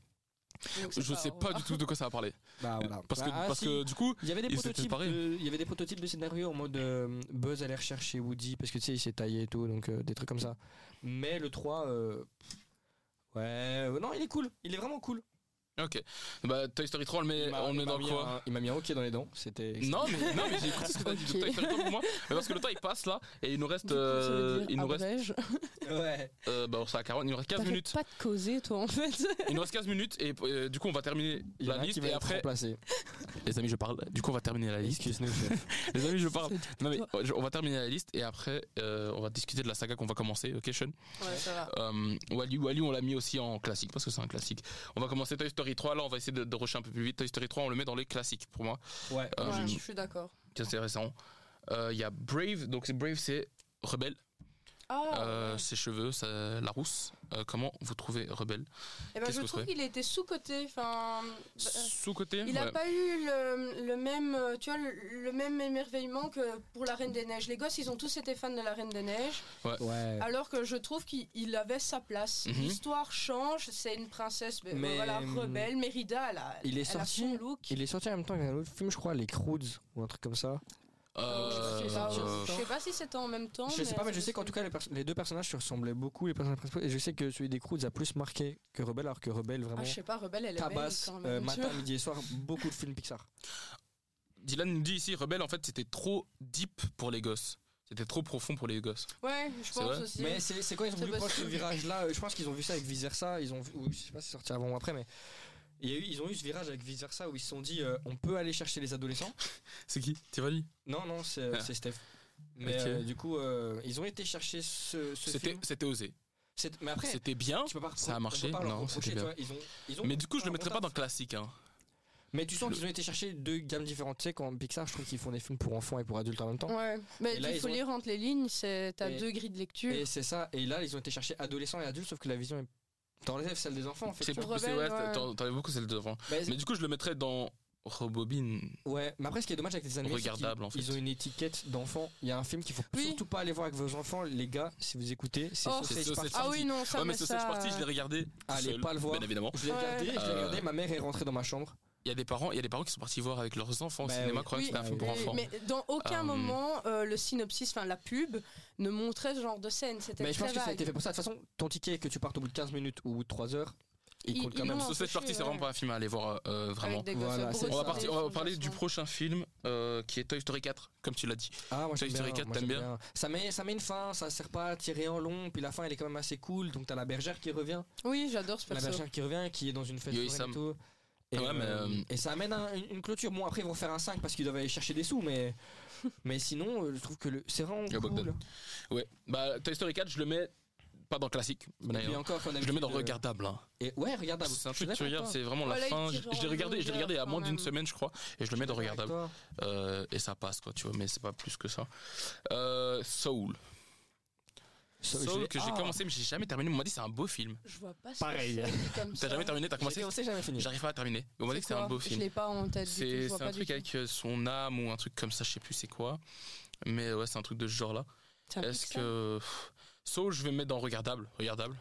Donc, c'est
Je sais
au
pas
revoir.
du tout de quoi ça va parler.
Bah voilà.
Parce que,
Bah, ah,
parce
si.
que du coup,
Il y avait des
Ils étaient
prototypes.
pareils.
De, il y avait des prototypes de scénarios en mode euh, Buzz à la recherche chez Woody parce que tu sais il s'est taillé et tout donc euh, des trucs comme ça. Mais le 3 euh, ouais euh, non il est cool, il est vraiment cool.
ok. Bah, Toy Story 3, on le met,
Il m'a-
on le
il
met
m'a
dans
mis
quoi
un- Il m'a mis un ok dans les dents, c'était.
Non, mais, non, mais j'ai écouté ce que t'as dit de
Ok.
Toy Story 3 pour moi. Mais parce que le temps il passe là et il nous reste.
Du coup, ça veut
euh,
dire
il nous reste.
abrège.
(laughs) Ouais.
euh, bah, on sera à 40, il nous reste 15
T'arrêtes
minutes.
pas de causer, toi, en fait.
Il nous reste 15 minutes et euh, du coup on va terminer
Il y en a
la
un qui
liste
va
et
être
après.
remplacé.
Les amis, je parle. Du coup on va terminer la liste. (laughs)
Excuse-nous. chef.
Les amis, je parle. Non mais
Toi.
euh, je- on va terminer la liste et après euh, on va discuter de la saga qu'on va commencer. Ok, Sean.
(laughs) Ouais, ça va.
Euh, Wally, Wally, on l'a mis aussi en classique parce que c'est un classique. On va commencer Toy Story 3. Là, on va essayer de, de rusher un peu plus vite. Toy Story 3, on le met dans les classiques pour moi.
ouais.
Euh,
Ouais,
j'ai-
je suis d'accord.
C'est intéressant. Euh, Il y a Brave. Donc c'est Brave, c'est rebelle.
Ah,
Euh,
ouais.
Ses cheveux, sa- la rousse. Euh, comment vous trouvez rebelle
Eh ben,
qu'est-ce
je
que vous
trouve
trouvez
qu'il était sous-côté. Enfin, bah,
Sous côté.
il n'a pas eu le, le même, euh, tu vois, le, le même émerveillement que pour la Reine des Neiges. Les gosses, ils ont tous été fans de la Reine des Neiges,
Ouais.
Ah.
alors que je trouve qu'il il avait sa place.
Mhm.
L'histoire change, c'est une princesse, mais,
Mais,
voilà,
hum,
rebelle. Mérida, elle a,
il est
elle a
sorti-
son look.
Il est sorti en même temps qu'un autre film, je crois, Les Croods ou un truc comme ça.
Euh,
Euh,
je sais pas,
euh,
je sais pas si c'était en même temps.
Je sais pas, mais je
Oh, ça
sais qu'en
me
tout cas, les, pers- les deux personnages se ressemblaient beaucoup, les personnages principaux. Et je sais que celui des Croods a plus marqué que Rebelle, alors que Rebelle,
semble-
vraiment,
Ah, je sais pas, Rebelle, elle est
tabasse
belle quand
euh,
même. tu
matin,
vois.
midi et soir beaucoup de films Pixar.
Dylan nous dit ici rebelle. En fait, c'était trop deep pour les gosses. C'était trop profond pour les gosses.
(laughs) Ouais, je pense
vrai.
aussi.
Mais c'est c'est quand ils ont
C'est
voulu prendre ce
possible.
virage-là euh, Je pense qu'ils ont vu ça avec Vice Versa. Ils ont vu- ou je sais pas si c'est sorti avant ou après, mais il y a eu, ils ont eu ce virage avec Vice Versa où ils se sont dit euh, on peut aller chercher les adolescents.
C'est qui Tivoli
Non, non, c'est euh,
Ah.
c'est Steph. Mais
Ok.
euh, du coup, euh, ils ont été chercher ce, ce
C'était
film.
c'était osé.
C'est- Mais après,
C'était bien.
tu peux pas
ça a
repro- on peut
marché,
pas leur
non,
reprocher,
c'était
tu vois, ils ont- ils ont-
Mais du coup, je
un
le
bon
mettrais pas
taf.
dans classique. Hein.
Mais tu sens
Le-
qu'ils ont été chercher deux gammes différentes. Tu sais, quand Pixar, je trouve qu'ils font des films pour enfants et pour adultes en même temps.
Ouais, mais
Et là,
il
ils
faut
ont-
lire entre les lignes, c'est t'as
Et-
deux grilles de lecture.
Et c'est ça. Et là, ils ont été chercher adolescents et adultes, sauf que la vision est. T'enlèves celle des enfants en fait.
C'est
tu vois.
beaucoup, c'est ouais,
Rebelle, euh,
t'en-
ouais.
t'en t'en avais beaucoup celle devant.
Bah,
Mais du coup, je le mettrais dans Robobine.
Ouais, mais après ce qui est dommage avec les animés, c'est qu'ils-
Regardable, en fait.
ils ont une étiquette d'enfant. Il y a un film qu'il faut
Oui.
surtout pas aller voir avec vos enfants, les gars, si vous écoutez, c'est
Oh.
C'est
Sausage
Sausage
Party.
Party.
ah oui, non, ça
ouais, mais
mais
ce
ça-
Sausage Party, je l'ai regardé. tout
Allez
seul,
pas le voir.
Bien évidemment.
Je l'ai
Ah Ouais.
regardé, je l'ai
Euh.
regardé, ma mère est rentrée dans ma chambre.
Il y a des parents, il y a des parents qui sont partis voir avec leurs enfants au
Bah
cinéma,
oui.
croyant que c'était un
Oui,
film pour
oui,
enfants.
Mais dans aucun
Euh,
moment euh, le synopsis, enfin la pub, ne montrait ce genre de scène. C'était
Mais je
très
pense que ça a été
vague.
fait pour ça. De toute façon, ton ticket que tu partes au bout de 15 minutes ou au bout de 3 heures, il
Ils-
compte
ils
quand
Même
même.
l'ont-
Sausage
empêché,
Party, c'est
ouais.
vraiment pas un film à aller voir euh, vraiment.
Avec des gosses
Voilà,
bourrés
c'est
de
On va,
ça.
partir, on va
fondation.
parler du prochain film euh, qui est Toy Story 4, comme tu l'as dit.
Ah,
Toy
moi j'aime bien.
Story 4,
moi,
t'aimes
j'aime
bien
Ça met, ça met une fin, ça sert pas à tirer en long, puis la fin elle est quand même assez cool. Donc t'as la bergère qui revient,
Oui, j'adore ce
la
perso.
bergère qui revient, qui est dans une fête
Yo,
foraine
Sam.
et tout. Et,
Ouais, mais,
euh,
euh,
et ça amène un- une, une clôture. Bon, après ils vont faire un 5 parce qu'ils doivent aller chercher des sous, mais, mais sinon, euh, je trouve que le- c'est vraiment
Yo,
cool.
Bogdan. Ouais. Bah, Toy Story 4, je le mets pas dans classique.
Et puis
d'ailleurs.
encore, euh,
Je le mets dans regardable. hein.
Ah,
Et ouais,
bah,
regardable.
C'est un
Je suis
truc que tu
d'accord
regardes, c'est vraiment la
Voilà, il
fin. Je
tire
je l'ai
en
regardé, je l'ai
longueur
regardé il y a
quand
moins d'une
même.
semaine, je crois, et je le mets dans
avec
regardable.
toi.
Euh, et ça passe quoi tu vois mais c'est pas plus que ça Euh, Soul
Ça, je
Soul
l'ai-
que j'ai
Ah,
commencé mais j'ai jamais terminé on m'a dit c'est un beau film
Je vois pas ce que
Pareil.
c'est, comme ça.
t'as jamais terminé t'as
j'ai commencé,
commencé
jamais fini.
j'arrive pas à terminer on m'a dit que c'est
quoi
un beau
Je
film
l'ai pas en tête. du tout, je
c'est
vois
c'est
pas
un
du
truc
tout.
avec euh, son âme ou un truc comme ça je sais plus c'est quoi mais ouais c'est un truc de ce genre là
Ça me
est-ce
pique, ça.
que pff, Soul je vais me mettre dans regardable regardable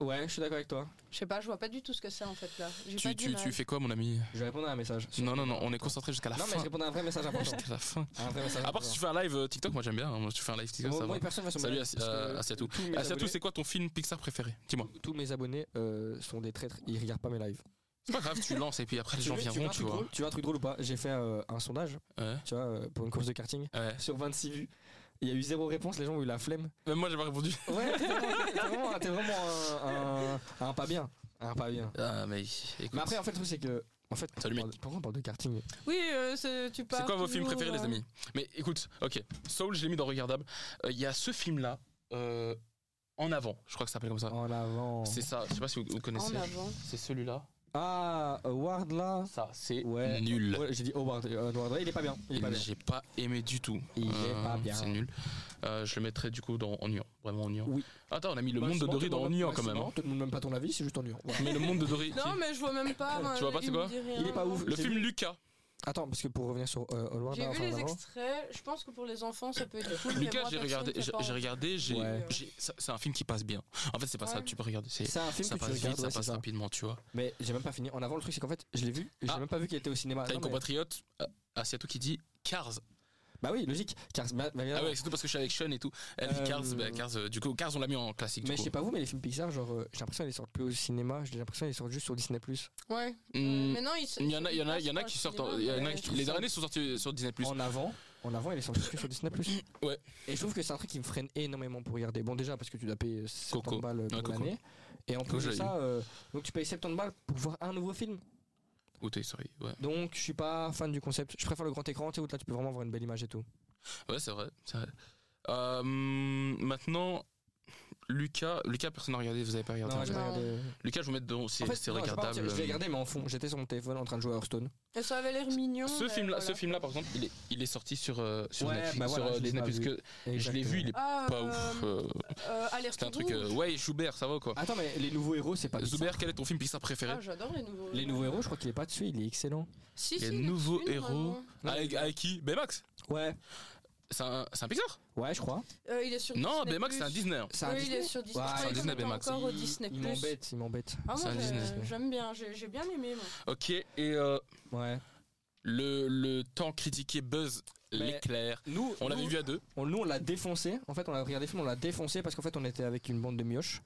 Ouais, je suis d'accord avec toi.
Je sais pas, je vois pas du tout ce que c'est en fait là. J'ai pas
tu,
du
tu,
mal.
tu fais quoi mon ami
Je vais répondre à un message.
non non non on est concentré jusqu'à la
non, mais
fin
je réponds à un vrai message
(laughs)
important.
jusqu'à la fin
un vrai message
à part si tu fais un live euh, TikTok moi j'aime bien hein. moi si tu fais un live TikTok ça
Moi,
va
moi, personne va s'en
Salut,
mêler,
Assi-
parce que
euh, Asiatou.
tous mes
Ah, Asiatou,
abonnés-
c'est quoi ton film Pixar préféré dis-moi
Tous mes abonnés euh, sont des traîtres, ils regardent pas mes lives.
c'est pas grave tu lances et puis après les gens
veux- veux
viendront
un
tu
truc
vois
drôle Tu veux un truc drôle ou pas J'ai fait euh, un sondage,
Ouais.
tu vois, euh, pour une course de karting.
Ouais.
Sur 26 vues, il y a eu zéro réponse, les gens ont eu la flemme.
Même moi, j'ai pas répondu.
Ouais, t'es vraiment, t'es vraiment un, un- un pas bien. Un pas bien.
Ah, mais
Mais après, en fait, le truc, c'est que. En fait,
Salut,
pourquoi on parle- pourquoi on parle de karting
Oui, euh, c'est- tu parles.
c'est quoi vos films hein.
toujours,
préférés, les
euh,
amis Mais écoute, ok. Soul, je l'ai mis dans Regardable. Euh, Il y a ce film-là, euh, En avant, je crois que ça s'appelle comme ça.
En avant.
C'est ça, je sais pas si vous, vous connaissez.
En avant.
C'est celui-là.
Ah, Ward là.
Ça, c'est
Ouais.
nul.
Ouais, J'ai dit Howard. euh, Howard, il est pas bien. Il est pas bien.
J'ai pas aimé du tout.
Il est pas bien.
C'est nul. Euh, je le mettrais du coup dans Onion. Vraiment Onion.
Oui.
Attends, on a mis le
Bah,
monde de
souvent,
Dory
tout
dans
le monde-
Onion
bah,
quand même.
souvent,
hein.
Tout le monde même pas ton avis, c'est juste ennuyant. Voilà.
Mais le monde de
(laughs)
Dory.
Non, mais je vois même pas. moi,
Tu vois pas,
il
c'est
me
quoi
dit rien.
Il est pas ouf.
Le
j'ai
film
vu-
Lucas.
Attends, parce que pour revenir sur euh, Howard,
J'ai
là,
vu
enfin,
les
d'abord.
extraits. Je pense que pour les enfants, ça peut être cool. mais
Lucas,
moi,
j'ai
personne
regardé,
qui a
j'ai
pas
j'ai
envie.
regardé, j'ai,
Ouais.
j'ai- ça- c'est un film qui passe bien. En fait, c'est pas ça,
Ouais.
tu peux regarder, c'est,
C'est un film
ça
que tu
passe vite,
regardes,
ça
ouais, c'est
passe
ça. Ah,
rapidement, tu vois.
Mais j'ai même pas fini. En avant, le truc, c'est qu'en fait, je l'ai vu, et j'ai
Ah.
même pas vu qu'il était au cinéma.
T'as
Non,
une
mais-
compatriote, euh, Asiato, qui dit Cars.
Bah oui, logique. Car, bah, bah,
Ah ouais, surtout parce que je suis avec Sean et tout. Elle dit
Euh,
Cars, bah, Cars, euh, du coup, Cars, on l'a mis en classique. du
mais je
coup.
sais pas vous, mais les films Pixar, genre, euh, j'ai l'impression qu'ils sortent plus au cinéma, j'ai l'impression qu'ils sortent juste sur Disney.
Ouais.
Hmm,
Mais non, ils se-
Il y en a,
ils
il y en a, il y en a
passent
qui
dans le
sortent. en- il y
cinéma,
en a
mais-
qui- les derniers sont sortis sur Disney+.
En avant, en avant, ils sortent juste sur Disney.
(coughs) Ouais.
Et je trouve que c'est un truc qui me freine énormément pour regarder. Bon, déjà, parce que tu dois payer 70
Coco.
balles euh, pour
Ouais, Coco.
l'année. Et en
Coco,
plus de
je l'ai
ça, euh, donc tu payes 70 balles pour voir un nouveau film.
Ou Toy Story, Oh, ouais.
Donc je suis pas fan du concept. Je préfère le grand écran, tu sais, où là tu peux vraiment avoir une belle image et tout.
Ouais, c'est vrai. c'est vrai. Euh, maintenant, Lucas, Lucas, personne n'a regardé, vous avez pas regardé.
Non,
hein.
j'ai pas
Non.
regardé.
Lucas, je vous mets dedans, c'est
En fait,
c'est
non, je vais pas mentir,
regardable. euh,
Je l'ai regardé, mais en fond, j'étais sur mon téléphone en train de jouer à Hearthstone.
Et Ça avait l'air mignon.
Ce
mais
film-là,
voilà.
ce film-là, par exemple, il est, il est sorti sur euh, sur
Ouais,
Netflix,
bah voilà,
sur, euh,
je l'ai
Disney+,
pas
parce
vu.
que je l'ai
Exactement.
vu, il est
Ah,
pas
euh,
ouf. euh,
euh, alerte
C'était un truc,
rouge.
euh, ouais, Schubert, ça va quoi.
Attends, mais les nouveaux héros, c'est pas Ah, Pixar.
Schubert, quel est ton film Pixar préféré
Ah, j'adore les nouveaux.
Les nouveaux héros, je crois qu'il est pas dessus, il est excellent.
Si,
Les
si, il est
nouveaux
dessus,
héros.
normalement.
Non,
avec, avec qui Baymax
Ouais,
C'est un, c'est un Pixar
ouais, je crois.
Euh, il est sur
Non,
Disney+.
Baymax, c'est un Disney. hein.
C'est un
oui, il
Disney.
est sur Disney.
Ouais,
Ah,
c'est un
il est
Disney
pas
Baymax.
encore au Disney+.
Il m'embête, il m'embête.
Ah,
C'est
moi,
un
j'ai-
Disney.
j'aime bien, j'ai j'ai bien aimé. Moi.
Ok, et euh,
Ouais.
le, le temps critiqué Buzz
Mais-
l'éclair.
Nous,
On l'avait
nous,
vu à deux.
on- nous, on l'a défoncé. En fait, on a regardé le film, on l'a défoncé parce qu'en fait, on était avec une bande de mioches.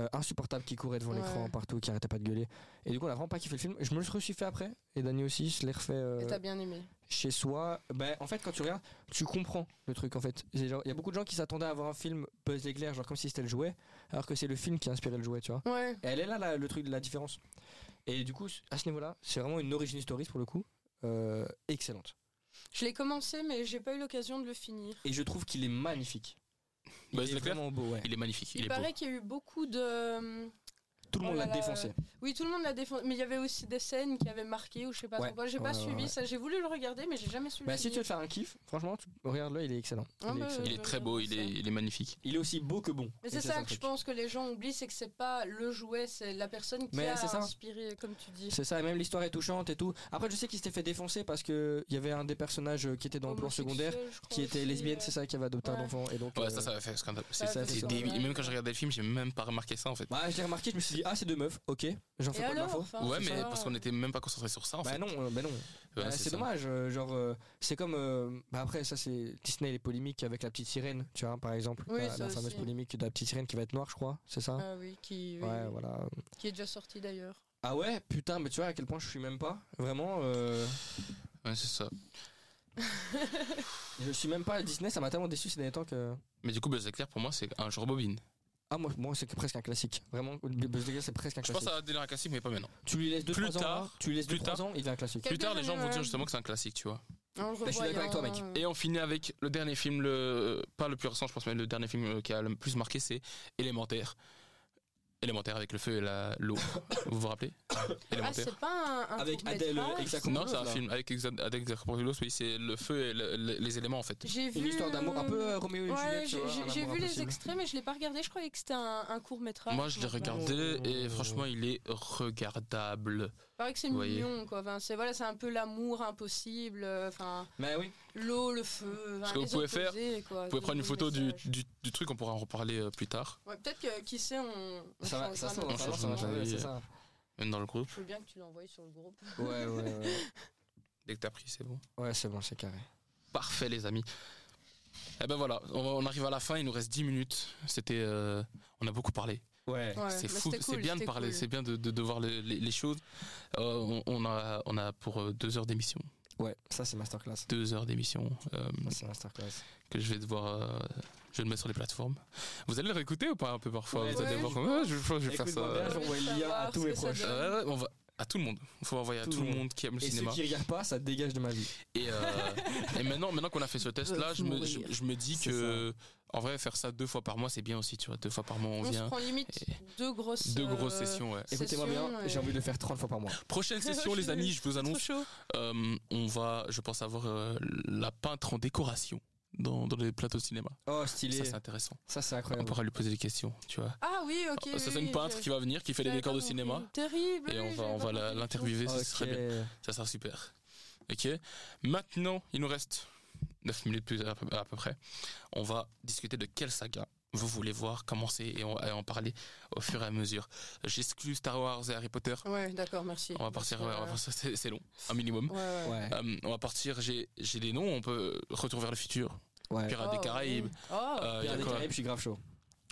euh, insupportables qui couraient devant
Ouais.
l'écran partout, qui arrêtaient pas de gueuler. Et du coup, on a vraiment pas kiffé le film. Je me le suis fait après. Et Dany aussi, je l'ai refait euh,
Et t'as bien aimé.
chez soi. Ben, en fait, quand tu regardes, tu comprends le truc. En fait, il y a beaucoup de gens qui s'attendaient à voir un film Buzz l'éclair, genre comme si c'était le jouet, alors que c'est le film qui a inspiré le jouet, tu vois.
Ouais.
Et elle est là, la- le truc, la différence. Et du coup, c- à ce niveau-là, c'est vraiment une origin story pour le coup, euh, excellente.
Je l'ai commencé, mais j'ai pas eu l'occasion de le finir.
Et je trouve qu'il est magnifique. Il
Buzz
est
l'éclair
vraiment beau, ouais.
Il est magnifique, il,
Il,
est beau.
paraît qu'il y a eu beaucoup de.
Tout le
Oh
monde
là
l'a
là,
défoncé.
Oui, tout le monde l'a défendu, mais il y avait aussi des scènes qui avaient marqué ou je sais pas
Ouais.
trop quoi. J'ai
Ouais,
pas
ouais,
suivi
ouais.
ça. J'ai voulu le regarder, mais j'ai jamais suivi.
Bah, si tu veux te faire un kiff, franchement, tu- regarde-le, il est excellent.
Ah,
il, est
bah,
excellent.
Il est très beau, il est, il est magnifique.
Il est aussi beau que bon.
Mais
Et
c'est ça,
un
que je
truc.
pense que les gens oublient, c'est que c'est pas le jouet, c'est la personne qui
Mais
a
c'est ça.
inspiré, comme tu dis.
C'est ça, et même l'histoire est touchante et tout. Après, je sais qu'il s'était fait défoncer parce que il y avait un des personnages euh, qui était dans le plan secondaire,
Homosexuel, Oh, je crois
qui était
aussi,
lesbienne,
euh.
c'est ça, qui avait adopté un
Ouais.
enfant. Et donc,
Ouais,
euh,
ça, ça va faire scandale. C'est-
ça
c'est-
c'est
c'est-
débile. Et Même quand j'ai regardé le film, j'ai même pas remarqué ça en fait.
Bah, je l'ai remarqué, je me suis dit, ah, c'est deux meufs, ok, j'en fais
Et
pas de
alors
l'info.
enfin,
Ouais,
c'est
mais
ça.
parce qu'on était même pas concentré sur ça en
Bah,
fait.
non, euh, bah non.
Ouais,
Bah,
hein, c'est
c'est
ça.
dommage, euh, genre euh, c'est comme euh, bah après ça c'est Disney les polémiques avec la petite sirène, tu vois par exemple
Oui,
la,
ça
la fameuse
aussi.
polémique de la petite sirène qui va être noire, je crois, c'est ça
Ah oui, qui, oui,
Ouais,
oui,
voilà.
qui est déjà sorti d'ailleurs.
Ah ouais, putain, mais tu vois à quel point je suis même pas vraiment euh,
Ouais, c'est ça.
je suis même pas à Disney, ça m'a tellement déçu ces derniers temps que
Mais du coup, Buzz l'éclair pour moi, c'est un genre bobine.
ah moi, moi c'est presque un classique, vraiment Buzz Lightyear, c'est presque un
Je
classique.
pense à Délire classique, mais pas maintenant.
Tu lui laisses deux
Plus
trois ans,
tard,
hein, tu lui laisses deux
plus
trois ans, il devient un classique.
Plus tard, les gens vont
Quelqu'un,
dire
euh, Mm.
justement que c'est un classique, tu vois.
En le
Bah, je suis d'accord avec toi, mec.
revoyant, euh,
Et on finit avec le dernier film, le pas le plus récent, je pense, mais le dernier film euh, qui a le plus marqué, c'est Élémentaire. Élémentaire avec le feu et la- l'eau. vous vous rappelez
euh, Ah,
Élémentaire.
c'est pas un, un
Avec
court
Adèle
métrage
Exactement.
non, c'est un film avec Exa- avec Exarchopoulos, oui, c'est le feu et le- le- les éléments en fait.
J'ai vu
Une histoire d'amour un peu euh, Roméo et
Ouais,
Juliette. tu
j'ai-
vois, un
j'ai j'ai
amour
vu les
impossible.
extraits, mais je l'ai pas regardé. Je croyais que c'était un, court métrage. euh,
Moi, je l'ai regardé
Oh.
et franchement, il est regardable.
paraît que c'est
Vous voyez.
mignon, quoi. Enfin, c'est voilà, c'est un peu l'amour impossible. euh, Enfin,
Mais Bah oui.
l'eau, le feu.
Ce
enfin,
que vous
les
pouvez faire,
opposés, quoi.
Vous pouvez prendre une
Des
photo du,
messages.
du- du truc, on pourra en reparler euh, plus tard,
Ouais, peut-être que qui sait, on. on
Ça va, ça
changera
se
notre-
on
trouve, ça va, ça va,
change
ça va,
d'avis.
c'est ça.
même dans le groupe.
Je veux bien que tu l'envoies sur le groupe.
Ouais, ouais, ouais.
Dès que t'as pris, c'est bon.
Ouais, c'est bon, c'est carré.
Parfait, les amis. Et ben voilà, on, on arrive à la fin, il nous reste 10 minutes. C'était. euh, on a beaucoup parlé.
Ouais.
Ouais,
c'est
mais
fou,
c'était
c'est
cool,
bien de
c'était
parler,
cool.
c'est bien de, de- de voir les, les- les choses. Euh, on, on a, on a pour euh, deux heures d'émission,
Ouais, ça c'est masterclass.
deux heures d'émission euh,
Ça c'est masterclass.
que je vais devoir, euh, je vais le mettre sur les plateformes. Vous allez le réécouter ou pas un peu parfois
Ouais,
Vous allez
ouais,
voir,
je
comment-
pense.
Ouais, je, je vais faire
Écoute-moi
ça.
bien, j'envoie le lien à tous mes proches.
Ouais, ouais, on va, à tout le monde. Il faut envoyer à
Tout
tout,
le
le
monde.
monde qui aime le
Et ceux
cinéma.
qui regardent pas, ça dégage de ma vie.
Et, euh, et maintenant, maintenant qu'on a
(laughs)
fait ce test-là, je me, je,
mourir.
je me dis
C'est
que en vrai, faire ça deux fois par mois, c'est bien aussi. Tu vois, deux fois par mois, on,
On se
vient.
prend limite
Et-
deux grosses.
Deux grosses
euh,
sessions, ouais.
Écoutez-moi
sessions,
bien,
et-
j'ai envie de le faire 30 fois par mois.
(laughs)
Prochaine session, les amis, je vous
Trop
annonce.
chaud.
euh, on va, je pense, avoir euh, la peintre en décoration dans, dans les plateaux de cinéma.
Oh, stylé.
Ça, c'est intéressant.
Ça, c'est
On
incroyable.
pourra lui poser des questions, tu vois.
Ah oui, ok.
Euh, ça, c'est une peintre qui va venir, qui fait les décors de cinéma.
Terrible.
Et on
oui,
va,
j'avais
on va
pas
la-
compris du tout.
l'interviewer, ça
Ok.
serait bien. Ça sera super. Ok. Maintenant, il nous reste 9 minutes plus à peu, à peu près. On va discuter de quelle saga vous voulez voir commencer et on va en parler au fur et à mesure. J'exclus Star Wars et Harry Potter.
Ouais, d'accord, merci.
On va partir,
Parce
ouais,
que,
on va partir- c'est c'est long, un minimum.
Ouais, ouais.
Ouais,
Euh, on va partir, j'ai j'ai des noms, on peut Retour vers le futur,
ouais.
Pirates des
Oh,
Caraïbes.
oui. Oh,
euh, y a
Pirates des
quoi
Caraïbes, je suis grave chaud.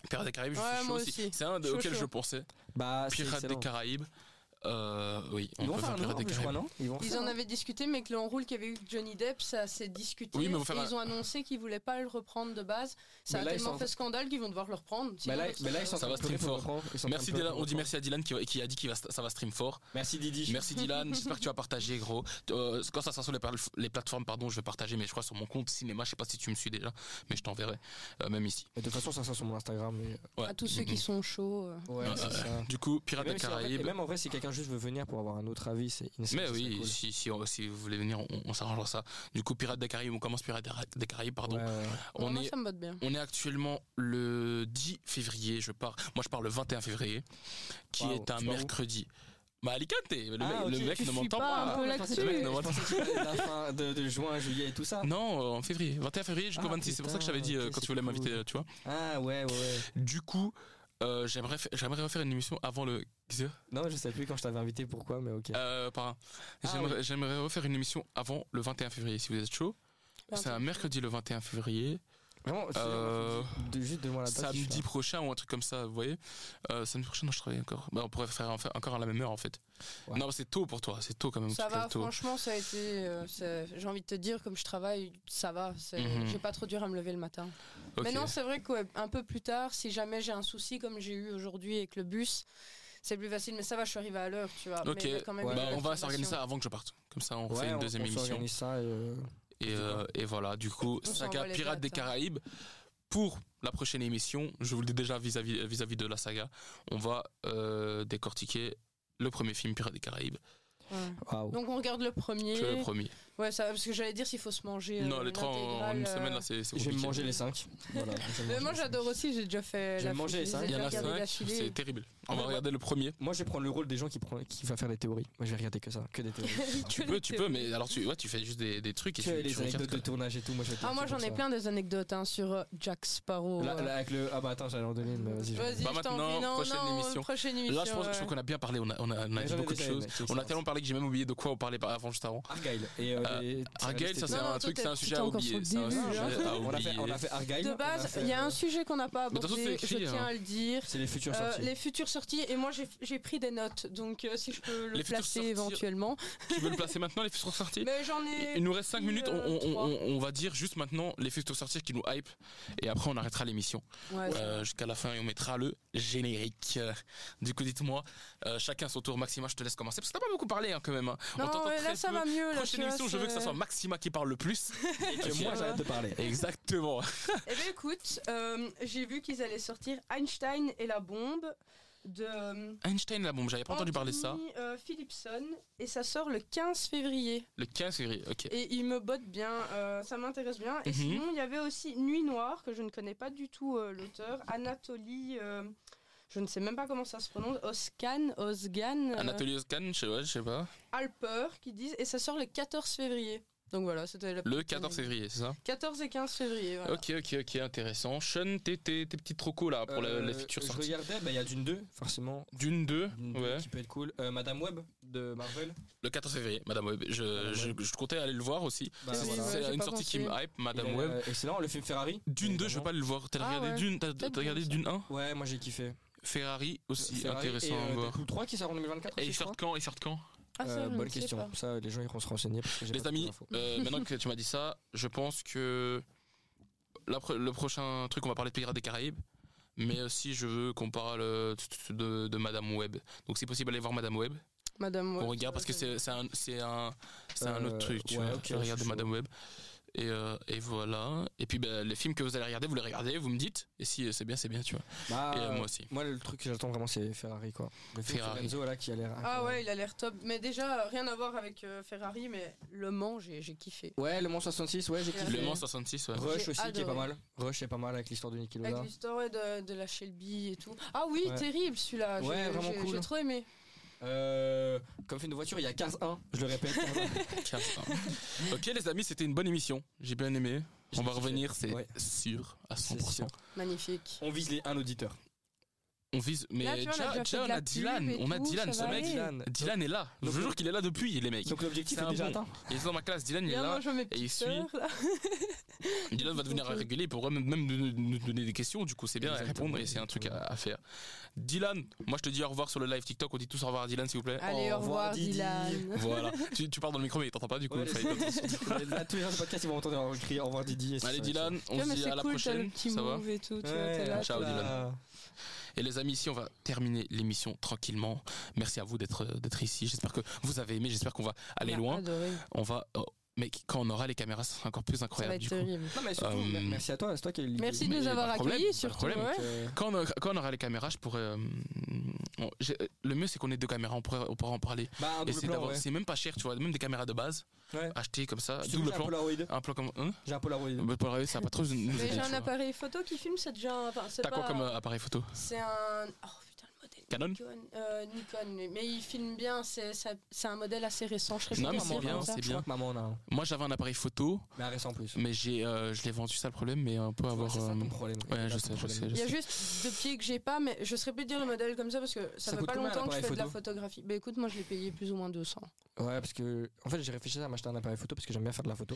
Pirates des Caraïbes, je
Ouais,
suis chaud
moi
aussi.
aussi.
C'est un de-
Chaud,
auquel
chaud.
je pensais.
Bah, c'est
Pirates des
excellent.
Caraïbes. Euh, oui, on
Ils vont
peut
faire un
Pirates
nouveau,
des
je crois,
Caraïbes.
non Ils vont
Ils
faire
en
un-
avaient discuté, mais que l'enroule qu'il y avait eu Johnny Depp, ça s'est discuté.
Oui, mais bah- on va faire
Et
un-
ils ont annoncé qu'ils voulaient pas le reprendre de base. Ça
Mais
a
là, ils
tellement
sont en-
fait scandale qu'ils vont devoir le reprendre.
Mais
sinon,
Bah là,
le-
mais là, ils sont en
Ça
train
va
de pleurer
stream
pour le prendre. Ils sont en train
Merci
de pleurer
Dylan,
pour
on
le
dit merci à Dylan qui, va- qui a dit que ça va stream fort.
prendre. Merci Didi.
Merci
(laughs)
Dylan, j'espère que tu vas partager gros. Euh, quand ça sera sur les, pal- les plateformes, pardon, je vais partager, mais je crois sur mon compte cinéma, je sais pas si tu me suis déjà, mais je t'enverrai, euh, même ici.
Mais De toute façon, ça sort sur mon Instagram. mais-
Ouais. Mhm.
À tous ceux qui sont chauds. euh,
Ouais, c'est ça.
Du coup,
Et
Pirates des
même, si en fait- et
Caraïbes.
même en vrai, si quelqu'un juste veut venir pour avoir un autre avis, c'est insane,
mais
ça serait
oui,
cool.
si, si, on- si vous voulez venir, on, on s'arrangera ça. Du coup, Pirates des Caraïbes, on commence Pirates des- des Caraïbes, pardon.
Ouais, ouais, ouais.
On,
moi,
est,
ça me botte bien.
on est actuellement le 10 février, je pars. Moi, je pars le 21 février, qui
Waouh,
est un
tu pars où
mercredi. Bah, Alicante, le,
Ah,
mec- le
ok,
mec
tu
ne
suis
m'entend
pas
pas.
un peu
Ah,
là-dessus.
je pensais que
Le mec ne m'entend
tu parlais de (laughs) la fin de, de juin, juillet et tout ça.
Non, euh, en février, 21 février jusqu'au
Ah,
26, c'est pour ça que je t'avais
putain,
dit euh,
ok,
quand
c'est
tu voulais
cool.
m'inviter, euh, tu vois.
Ah ouais, ouais, ouais.
Du coup, euh, j'aimerais fa- j'aimerais refaire une émission avant le. Qu'est-ce que
Non, je sais plus quand je t'avais invité, pourquoi, mais ok.
c'est Euh, pardon.
Ah,
J'aimerais j'aimerais refaire une émission avant le 21 février, si vous êtes chaud. C'est un mercredi le 21 février.
Vraiment, c'est-
euh,
de, juste de moi la date, je suis
samedi
là.
prochain ou un truc comme ça, vous voyez. Euh, samedi prochain, non, je travaille encore. Bah, on pourrait faire en- encore à la même heure en fait.
Ouais.
Non, c'est tôt pour toi, c'est tôt quand même.
Ça
tu te lèves
va,
tôt.
franchement, ça a été. euh, c'est- J'ai envie de te dire, comme je travaille, ça va. c'est-
Mhm.
J'ai pas trop dur à me lever le matin.
Ok.
Mais non, c'est vrai qu'un peu plus tard, si jamais j'ai un souci comme j'ai eu aujourd'hui avec le bus, c'est plus facile. Mais ça va, je suis arrivé à l'heure, tu vois.
Ok.
Mais il y a quand même
Ouais.
une
Bah, on va
perturbation.
s'organiser ça avant que je parte. Comme ça, on
Ouais,
fait une
on-
deuxième
on
émission.
s'organise ça et, euh,
Et, euh, et voilà, du coup,
On
saga
s'envoie les
Pirates
dates,
des
hein.
Caraïbes. Pour la prochaine émission, je vous le dis déjà vis-à-vis vis-à-vis de la saga, on va euh, décortiquer le premier film Pirates des Caraïbes.
Ouais.
waouh.
Donc on regarde le premier.
Je le promis.
Ouais, ça, parce que j'allais dire s'il faut se manger. euh,
non, les trois en- en
l'intégrale,
une
euh.
semaine, là, c'est c'est
Je vais me
compliqué.
manger les 5.
Mais moi j'adore aussi, j'ai déjà fait.
Je vais manger, ça.
Il y en a
regardé la
cinq,
filée.
c'est terrible. On
Ouais,
va
ouais.
regarder le
(laughs)
premier.
Moi, je vais prendre le rôle des gens qui, prend, qui va faire des théories. Moi, je vais regarder que ça, que des théories.
Tu peux, tu peux, mais alors tu, ouais, tu fais juste des, des trucs et
que
tu,
les
tu regardes
anecdotes de
quoi.
tournage et tout. Moi, je vais être
Ah, moi
là-dessus
j'en ai
pour
plein des anecdotes hein, sur euh, Jack Sparrow. euh.
ça. Là, là, avec le. Ah bah attends, j'allais en donner une, mais vas-y. je-
Vas-y,
Bah,
je t'en
maintenant,
prie. Non,
prochaine
non,
émission.
prochaine émission.
Là, je pense, je
ouais.
trouve qu'on a bien parlé, on a, on a, on a
Mais
dit
j'en ai
beaucoup de
déjà une,
choses.
mais c'est
On a
excellent.
tellement parlé que j'ai même oublié de quoi on parlait par- avant, juste avant.
Argyle. Et, euh,
Euh,
les-
Argyle, ça c'est
Non, non,
un
toi,
truc, c'est un
t'es-
sujet
t'es
à
encore
oublier.
sur
C'est un
le début,
sujet
hein.
à
on a, fait, on a
oublier.
fait Argyle.
De
on a
base,
fait,
il y a
euh,
un sujet qu'on n'a pas
Mais de toute façon,
abordé,
c'est
je
écrit,
tiens
hein.
à le dire.
C'est les futurs
Euh,
sorties.
les futures sorties, et moi j'ai- j'ai pris des notes, donc euh, si je peux le
Les futures
placer
sorties.
éventuellement.
Tu veux le placer maintenant, les futurs sorties
Mais j'en
Il
ai.
nous reste 5
puis,
minutes, on,
euh,
on- on-
trois.
on- on va dire juste maintenant les futurs sorties qui nous hype et après on arrêtera l'émission.
Ouais, c'est-
Euh, Jusqu'à la fin et on mettra le générique. Euh, Du coup dites-moi, euh, chacun son tour, Maxima je te laisse commencer parce que t'as pas beaucoup parlé hein, quand même. hein. on
non,
t'entend
ouais,
très
là ça
peu.
va mieux. Là,
Prochaine
tu vois,
émission je veux que ça
c'est-
soit Maxima qui parle le
(laughs)
plus.
Et que
Ok.
moi, j'arrête de parler.
Exactement.
Eh bien écoute, euh, j'ai vu qu'ils allaient sortir Einstein et la bombe de. euh,
Einstein la bombe, j'avais pas entendu parler de ça.
Anthony, euh, Philipson et ça sort le 15 février
Le 15 février, ok.
et il me botte bien, euh, ça m'intéresse bien. Et
Mhm.
sinon il y avait aussi Nuit Noire que je ne connais pas du tout euh, l'auteur, Anatoly, euh, je ne sais même pas comment ça se prononce, Oskan, Osgan, euh,
Anatoly Oskan, je sais ouais, je sais pas.
Alper qui disent et ça sort le 14 février. Donc voilà, c'était
Le
la petite
14
année.
février, c'est ça
14 et 15 février. Euh.
Euh,
Voilà.
Ok, ok, ok, intéressant. Sean, t'es tes tes petits trocos là pour la-
Euh,
les futures
Je
sorties.
regardais, bah, il y a d'une 2, forcément.
D'une, deux,
Dune 2
ouais.
Qui peut être cool. Euh, Madame Web de Marvel.
Le 14 février, Madame Web. Je,
Madame
je-
Web.
je comptais aller le voir aussi.
Bah,
Oui,
voilà.
ouais,
c'est
j'ai
une
pas
sortie qui
pensé.
me hype, Madame
Il est,
Web.
euh, excellent, le film Ferrari.
Dune 2, je veux pas le voir. T'as
Ah
regardé
ouais.
Dune T'as t'as
Peut-être
regardé
bien,
Dune 1
Ouais, moi j'ai kiffé.
Ferrari aussi,
Ferrari
intéressant
et,
à
euh,
voir.
Deadpool 3 qui sort en 2024.
Et
aussi,
il
je
sort
crois.
quand Il sort quand
Ah, ça,
Euh,
je ne
bonne
sais
question.
pas.
Ça, les gens ils vont se renseigner. parce que j'ai pas
Les
toutes
amis,
infos.
euh, maintenant que tu m'as dit ça, je pense que la pro- le prochain truc, on va parler de Pirates des Caraïbes. Mais aussi, je veux qu'on parle euh, de, de Madame Web. Donc, si possible, allez voir Madame Web.
Madame
On
Web,
regarde parce que
ça va,
c'est c'est un, c'est un, c'est un
Euh,
autre truc. Tu
ouais,
vois.
ok,
Je
je
regarde
suis
Madame Web. Et, euh, et voilà. Et puis bah, les films que vous allez regarder, vous les regardez, vous me dites. Et si euh, c'est bien, c'est bien, tu vois.
Bah,
et euh,
euh,
moi aussi.
moi, le truc que j'attends vraiment, c'est Ferrari, quoi. Le film sur
Ferrari.
Enzo, là, qui a l'air.
Ah
incroyable.
ouais, il a l'air top. Mais déjà, euh, rien à voir avec euh, Ferrari, mais Le Mans, j'ai j'ai kiffé.
Ouais, le Mans 66, ouais, j'ai
Le
kiffé.
Le Mans 66, ouais.
Rush
J'ai
aussi, qui est pas
adoré.
mal. Rush est pas mal avec l'histoire de Niki
Avec
Lauda.
l'histoire de, de la Shelby et tout. Ah oui,
Ouais.
terrible celui-là. J'ai-
Ouais, vraiment
j'ai
cool.
j'ai trop aimé.
Euh, comme film de voiture, il y a 15-1, je le
(laughs)
répète.
Tiens,
(laughs)
ça. ok, les amis, c'était une bonne émission. J'ai bien aimé. On va revenir, c'est
Ouais.
sûr, à
C'est
100%.
sûr.
Magnifique.
On vise les 1 auditeur.
On vise. Mais
Là, tu vois, on a
déjà,
déjà
déjà,
fait
on
de la
a Dylan.
pub et
On a
tout,
Dylan,
ça
ce
va
mec.
aller.
Dylan.
Dylan est là. Je vous jure qu'il est là depuis, les mecs.
Donc l'objectif
C'est
est,
un
déjà
bon.
atteint.
Il est dans ma classe. Dylan, il est
Viens,
là.
moi, je mets
et il
petites
suit.
sœurs, là.
Dylan va devenir
Tranquille.
régulier. Il pourra même, même nous, nous donner des questions. Du coup, c'est bien à
Exactement.
répondre et c'est un truc à, à faire. Dylan, moi, je te dis au revoir sur le live TikTok. On dit tous au revoir à Dylan, s'il vous plaît.
Allez,
Au
au
revoir,
revoir,
Didi.
(laughs) Dylan.
Voilà. tu, tu parles dans le micro, mais il t'entend pas. Du coup,
Ouais,
il fallait pas-
(laughs)
Là, (laughs) tous les gens du podcast, ils vont entendre crier au revoir Didi. et c'est
Allez,
ça,
Dylan,
Tu
on
vois,
se
mais
dit à
c'est
la
cool, t'as le
prochaine.
petit
Ça va
move et tout.
tu
Tu
vois.
vois,
Ouais,
t'es là.
Ciao,
t'es là.
Dylan. Et les amis, ici, on va terminer l'émission tranquillement. Merci à vous d'être d'être ici. J'espère que vous avez aimé. J'espère qu'on va aller
On a
loin.
adoré.
On va. oh, mec, quand on aura les caméras, ce sera encore plus
Ça va
incroyable.
être
Du coup.
terrible.
Non, mais surtout,
Euh,
merci à toi, c'est toi qui as eu l'idée.
Merci de
Mais
nous
pas de
avoir
problème, pas de
accueillis, surtout.
problème.
ouais.
Donc, euh,
Quand on, aura, quand on aura les caméras, je pourrais. euh, on- j'ai- euh, le mieux, c'est qu'on ait deux caméras, on pourra, on pourra en parler.
Bah, un
Et
double
c'est
plan,
d'avoir-
ouais.
c'est même pas cher, tu vois, même des caméras de base,
Ouais.
achetées comme ça,
Je te
double
jure, J'ai un
plan.
Polaroid.
Un plan comme. Hein
J'ai un Polaroid.
Bah, pour arriver, ça va pas trop nous- nous aider,
Mais j'ai
tu
un
vois.
appareil photo qui filme, c'est déjà un. enfin, c'est
T'as quoi
pas-
comme euh, appareil photo
C'est un. Oh putain, le modèle.
Canon
Nikon, euh, Nikon, mais il filme bien, c'est ça- c'est un modèle assez récent. Je sais
Non,
plus
mais
comment
c'est
on
bien,
dit ça.
c'est
Je
bien.
crois que maman en a un.
Moi, j'avais un appareil photo,
Mais un récent en plus.
mais j'ai, euh, je l'ai vendu, ça le problème, mais on peut
Tu vois,
avoir.
C'est ça
euh,
ton problème.
Ouais, je
Là,
sais,
ton
je
problème.
sais, je
Il y a
sais.
juste deux pieds que j'ai pas, mais je saurais plus te dire le modèle comme ça parce que
Ça
ça, fait
coûte
pas
combien,
longtemps que je
l'appareil
fais de la
photo
photographie. Bah écoute, moi je l'ai payé plus ou moins 200.
Ouais, parce que. En fait, j'ai réfléchi à m'acheter un appareil photo parce que j'aime bien faire de la photo.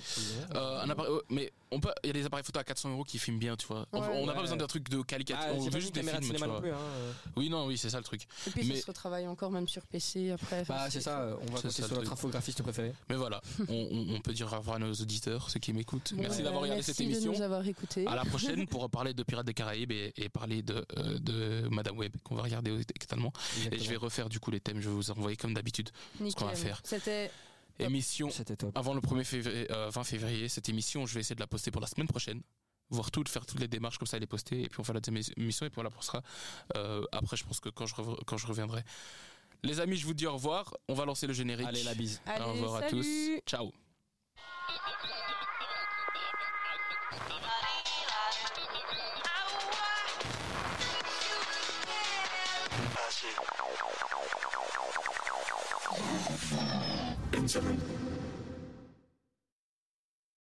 Ah,
Euh, un appareil, ouais, mais on peut, il y a des appareils photo à 400 euros qui filment bien, tu vois. On-
Ouais.
on n'a pas
Ouais.
besoin d'un truc de qualificatif.
Ah,
on
j'ai pas
veut
mis
juste
de
des
caméra
films,
de
tu
cinéma non
vois.
plus. hein, euh.
Oui, non, oui, c'est ça le truc.
Et puis
Mais-
ça se retravaille encore même sur PC après.
Bah,
Enfin,
c'est ça, euh, on va
C'est
passer
ça,
sur notre
le
infographiste préféré.
Mais voilà, on, on- on peut dire au revoir à nos auditeurs, ceux qui m'écoutent.
Bon,
merci
bah,
d'avoir regardé
merci
cette émission.
de nous avoir écoutés.
À la prochaine pour parler de Pirates des Caraïbes et, et parler de, euh, de Madame Web qu'on va regarder totalement. Et je vais refaire du coup les thèmes, je vais vous envoyer comme d'habitude. qu'on va
Nickel.
faire.
C'était Top.
Émission
C'était top.
avant le 1er février, euh, 20 février, cette émission, je vais essayer de la poster pour la semaine prochaine. Voir tout, faire toutes les démarches comme ça, elle est postée. Et puis on fait la deuxième émission et puis on la postera. euh, après, je pense que quand je, rev- quand je reviendrai. Les amis, je vous dis au revoir. On va lancer le générique.
Allez, la bise.
Allez,
au revoir à tous.
salut.
Ciao.
Benjamin.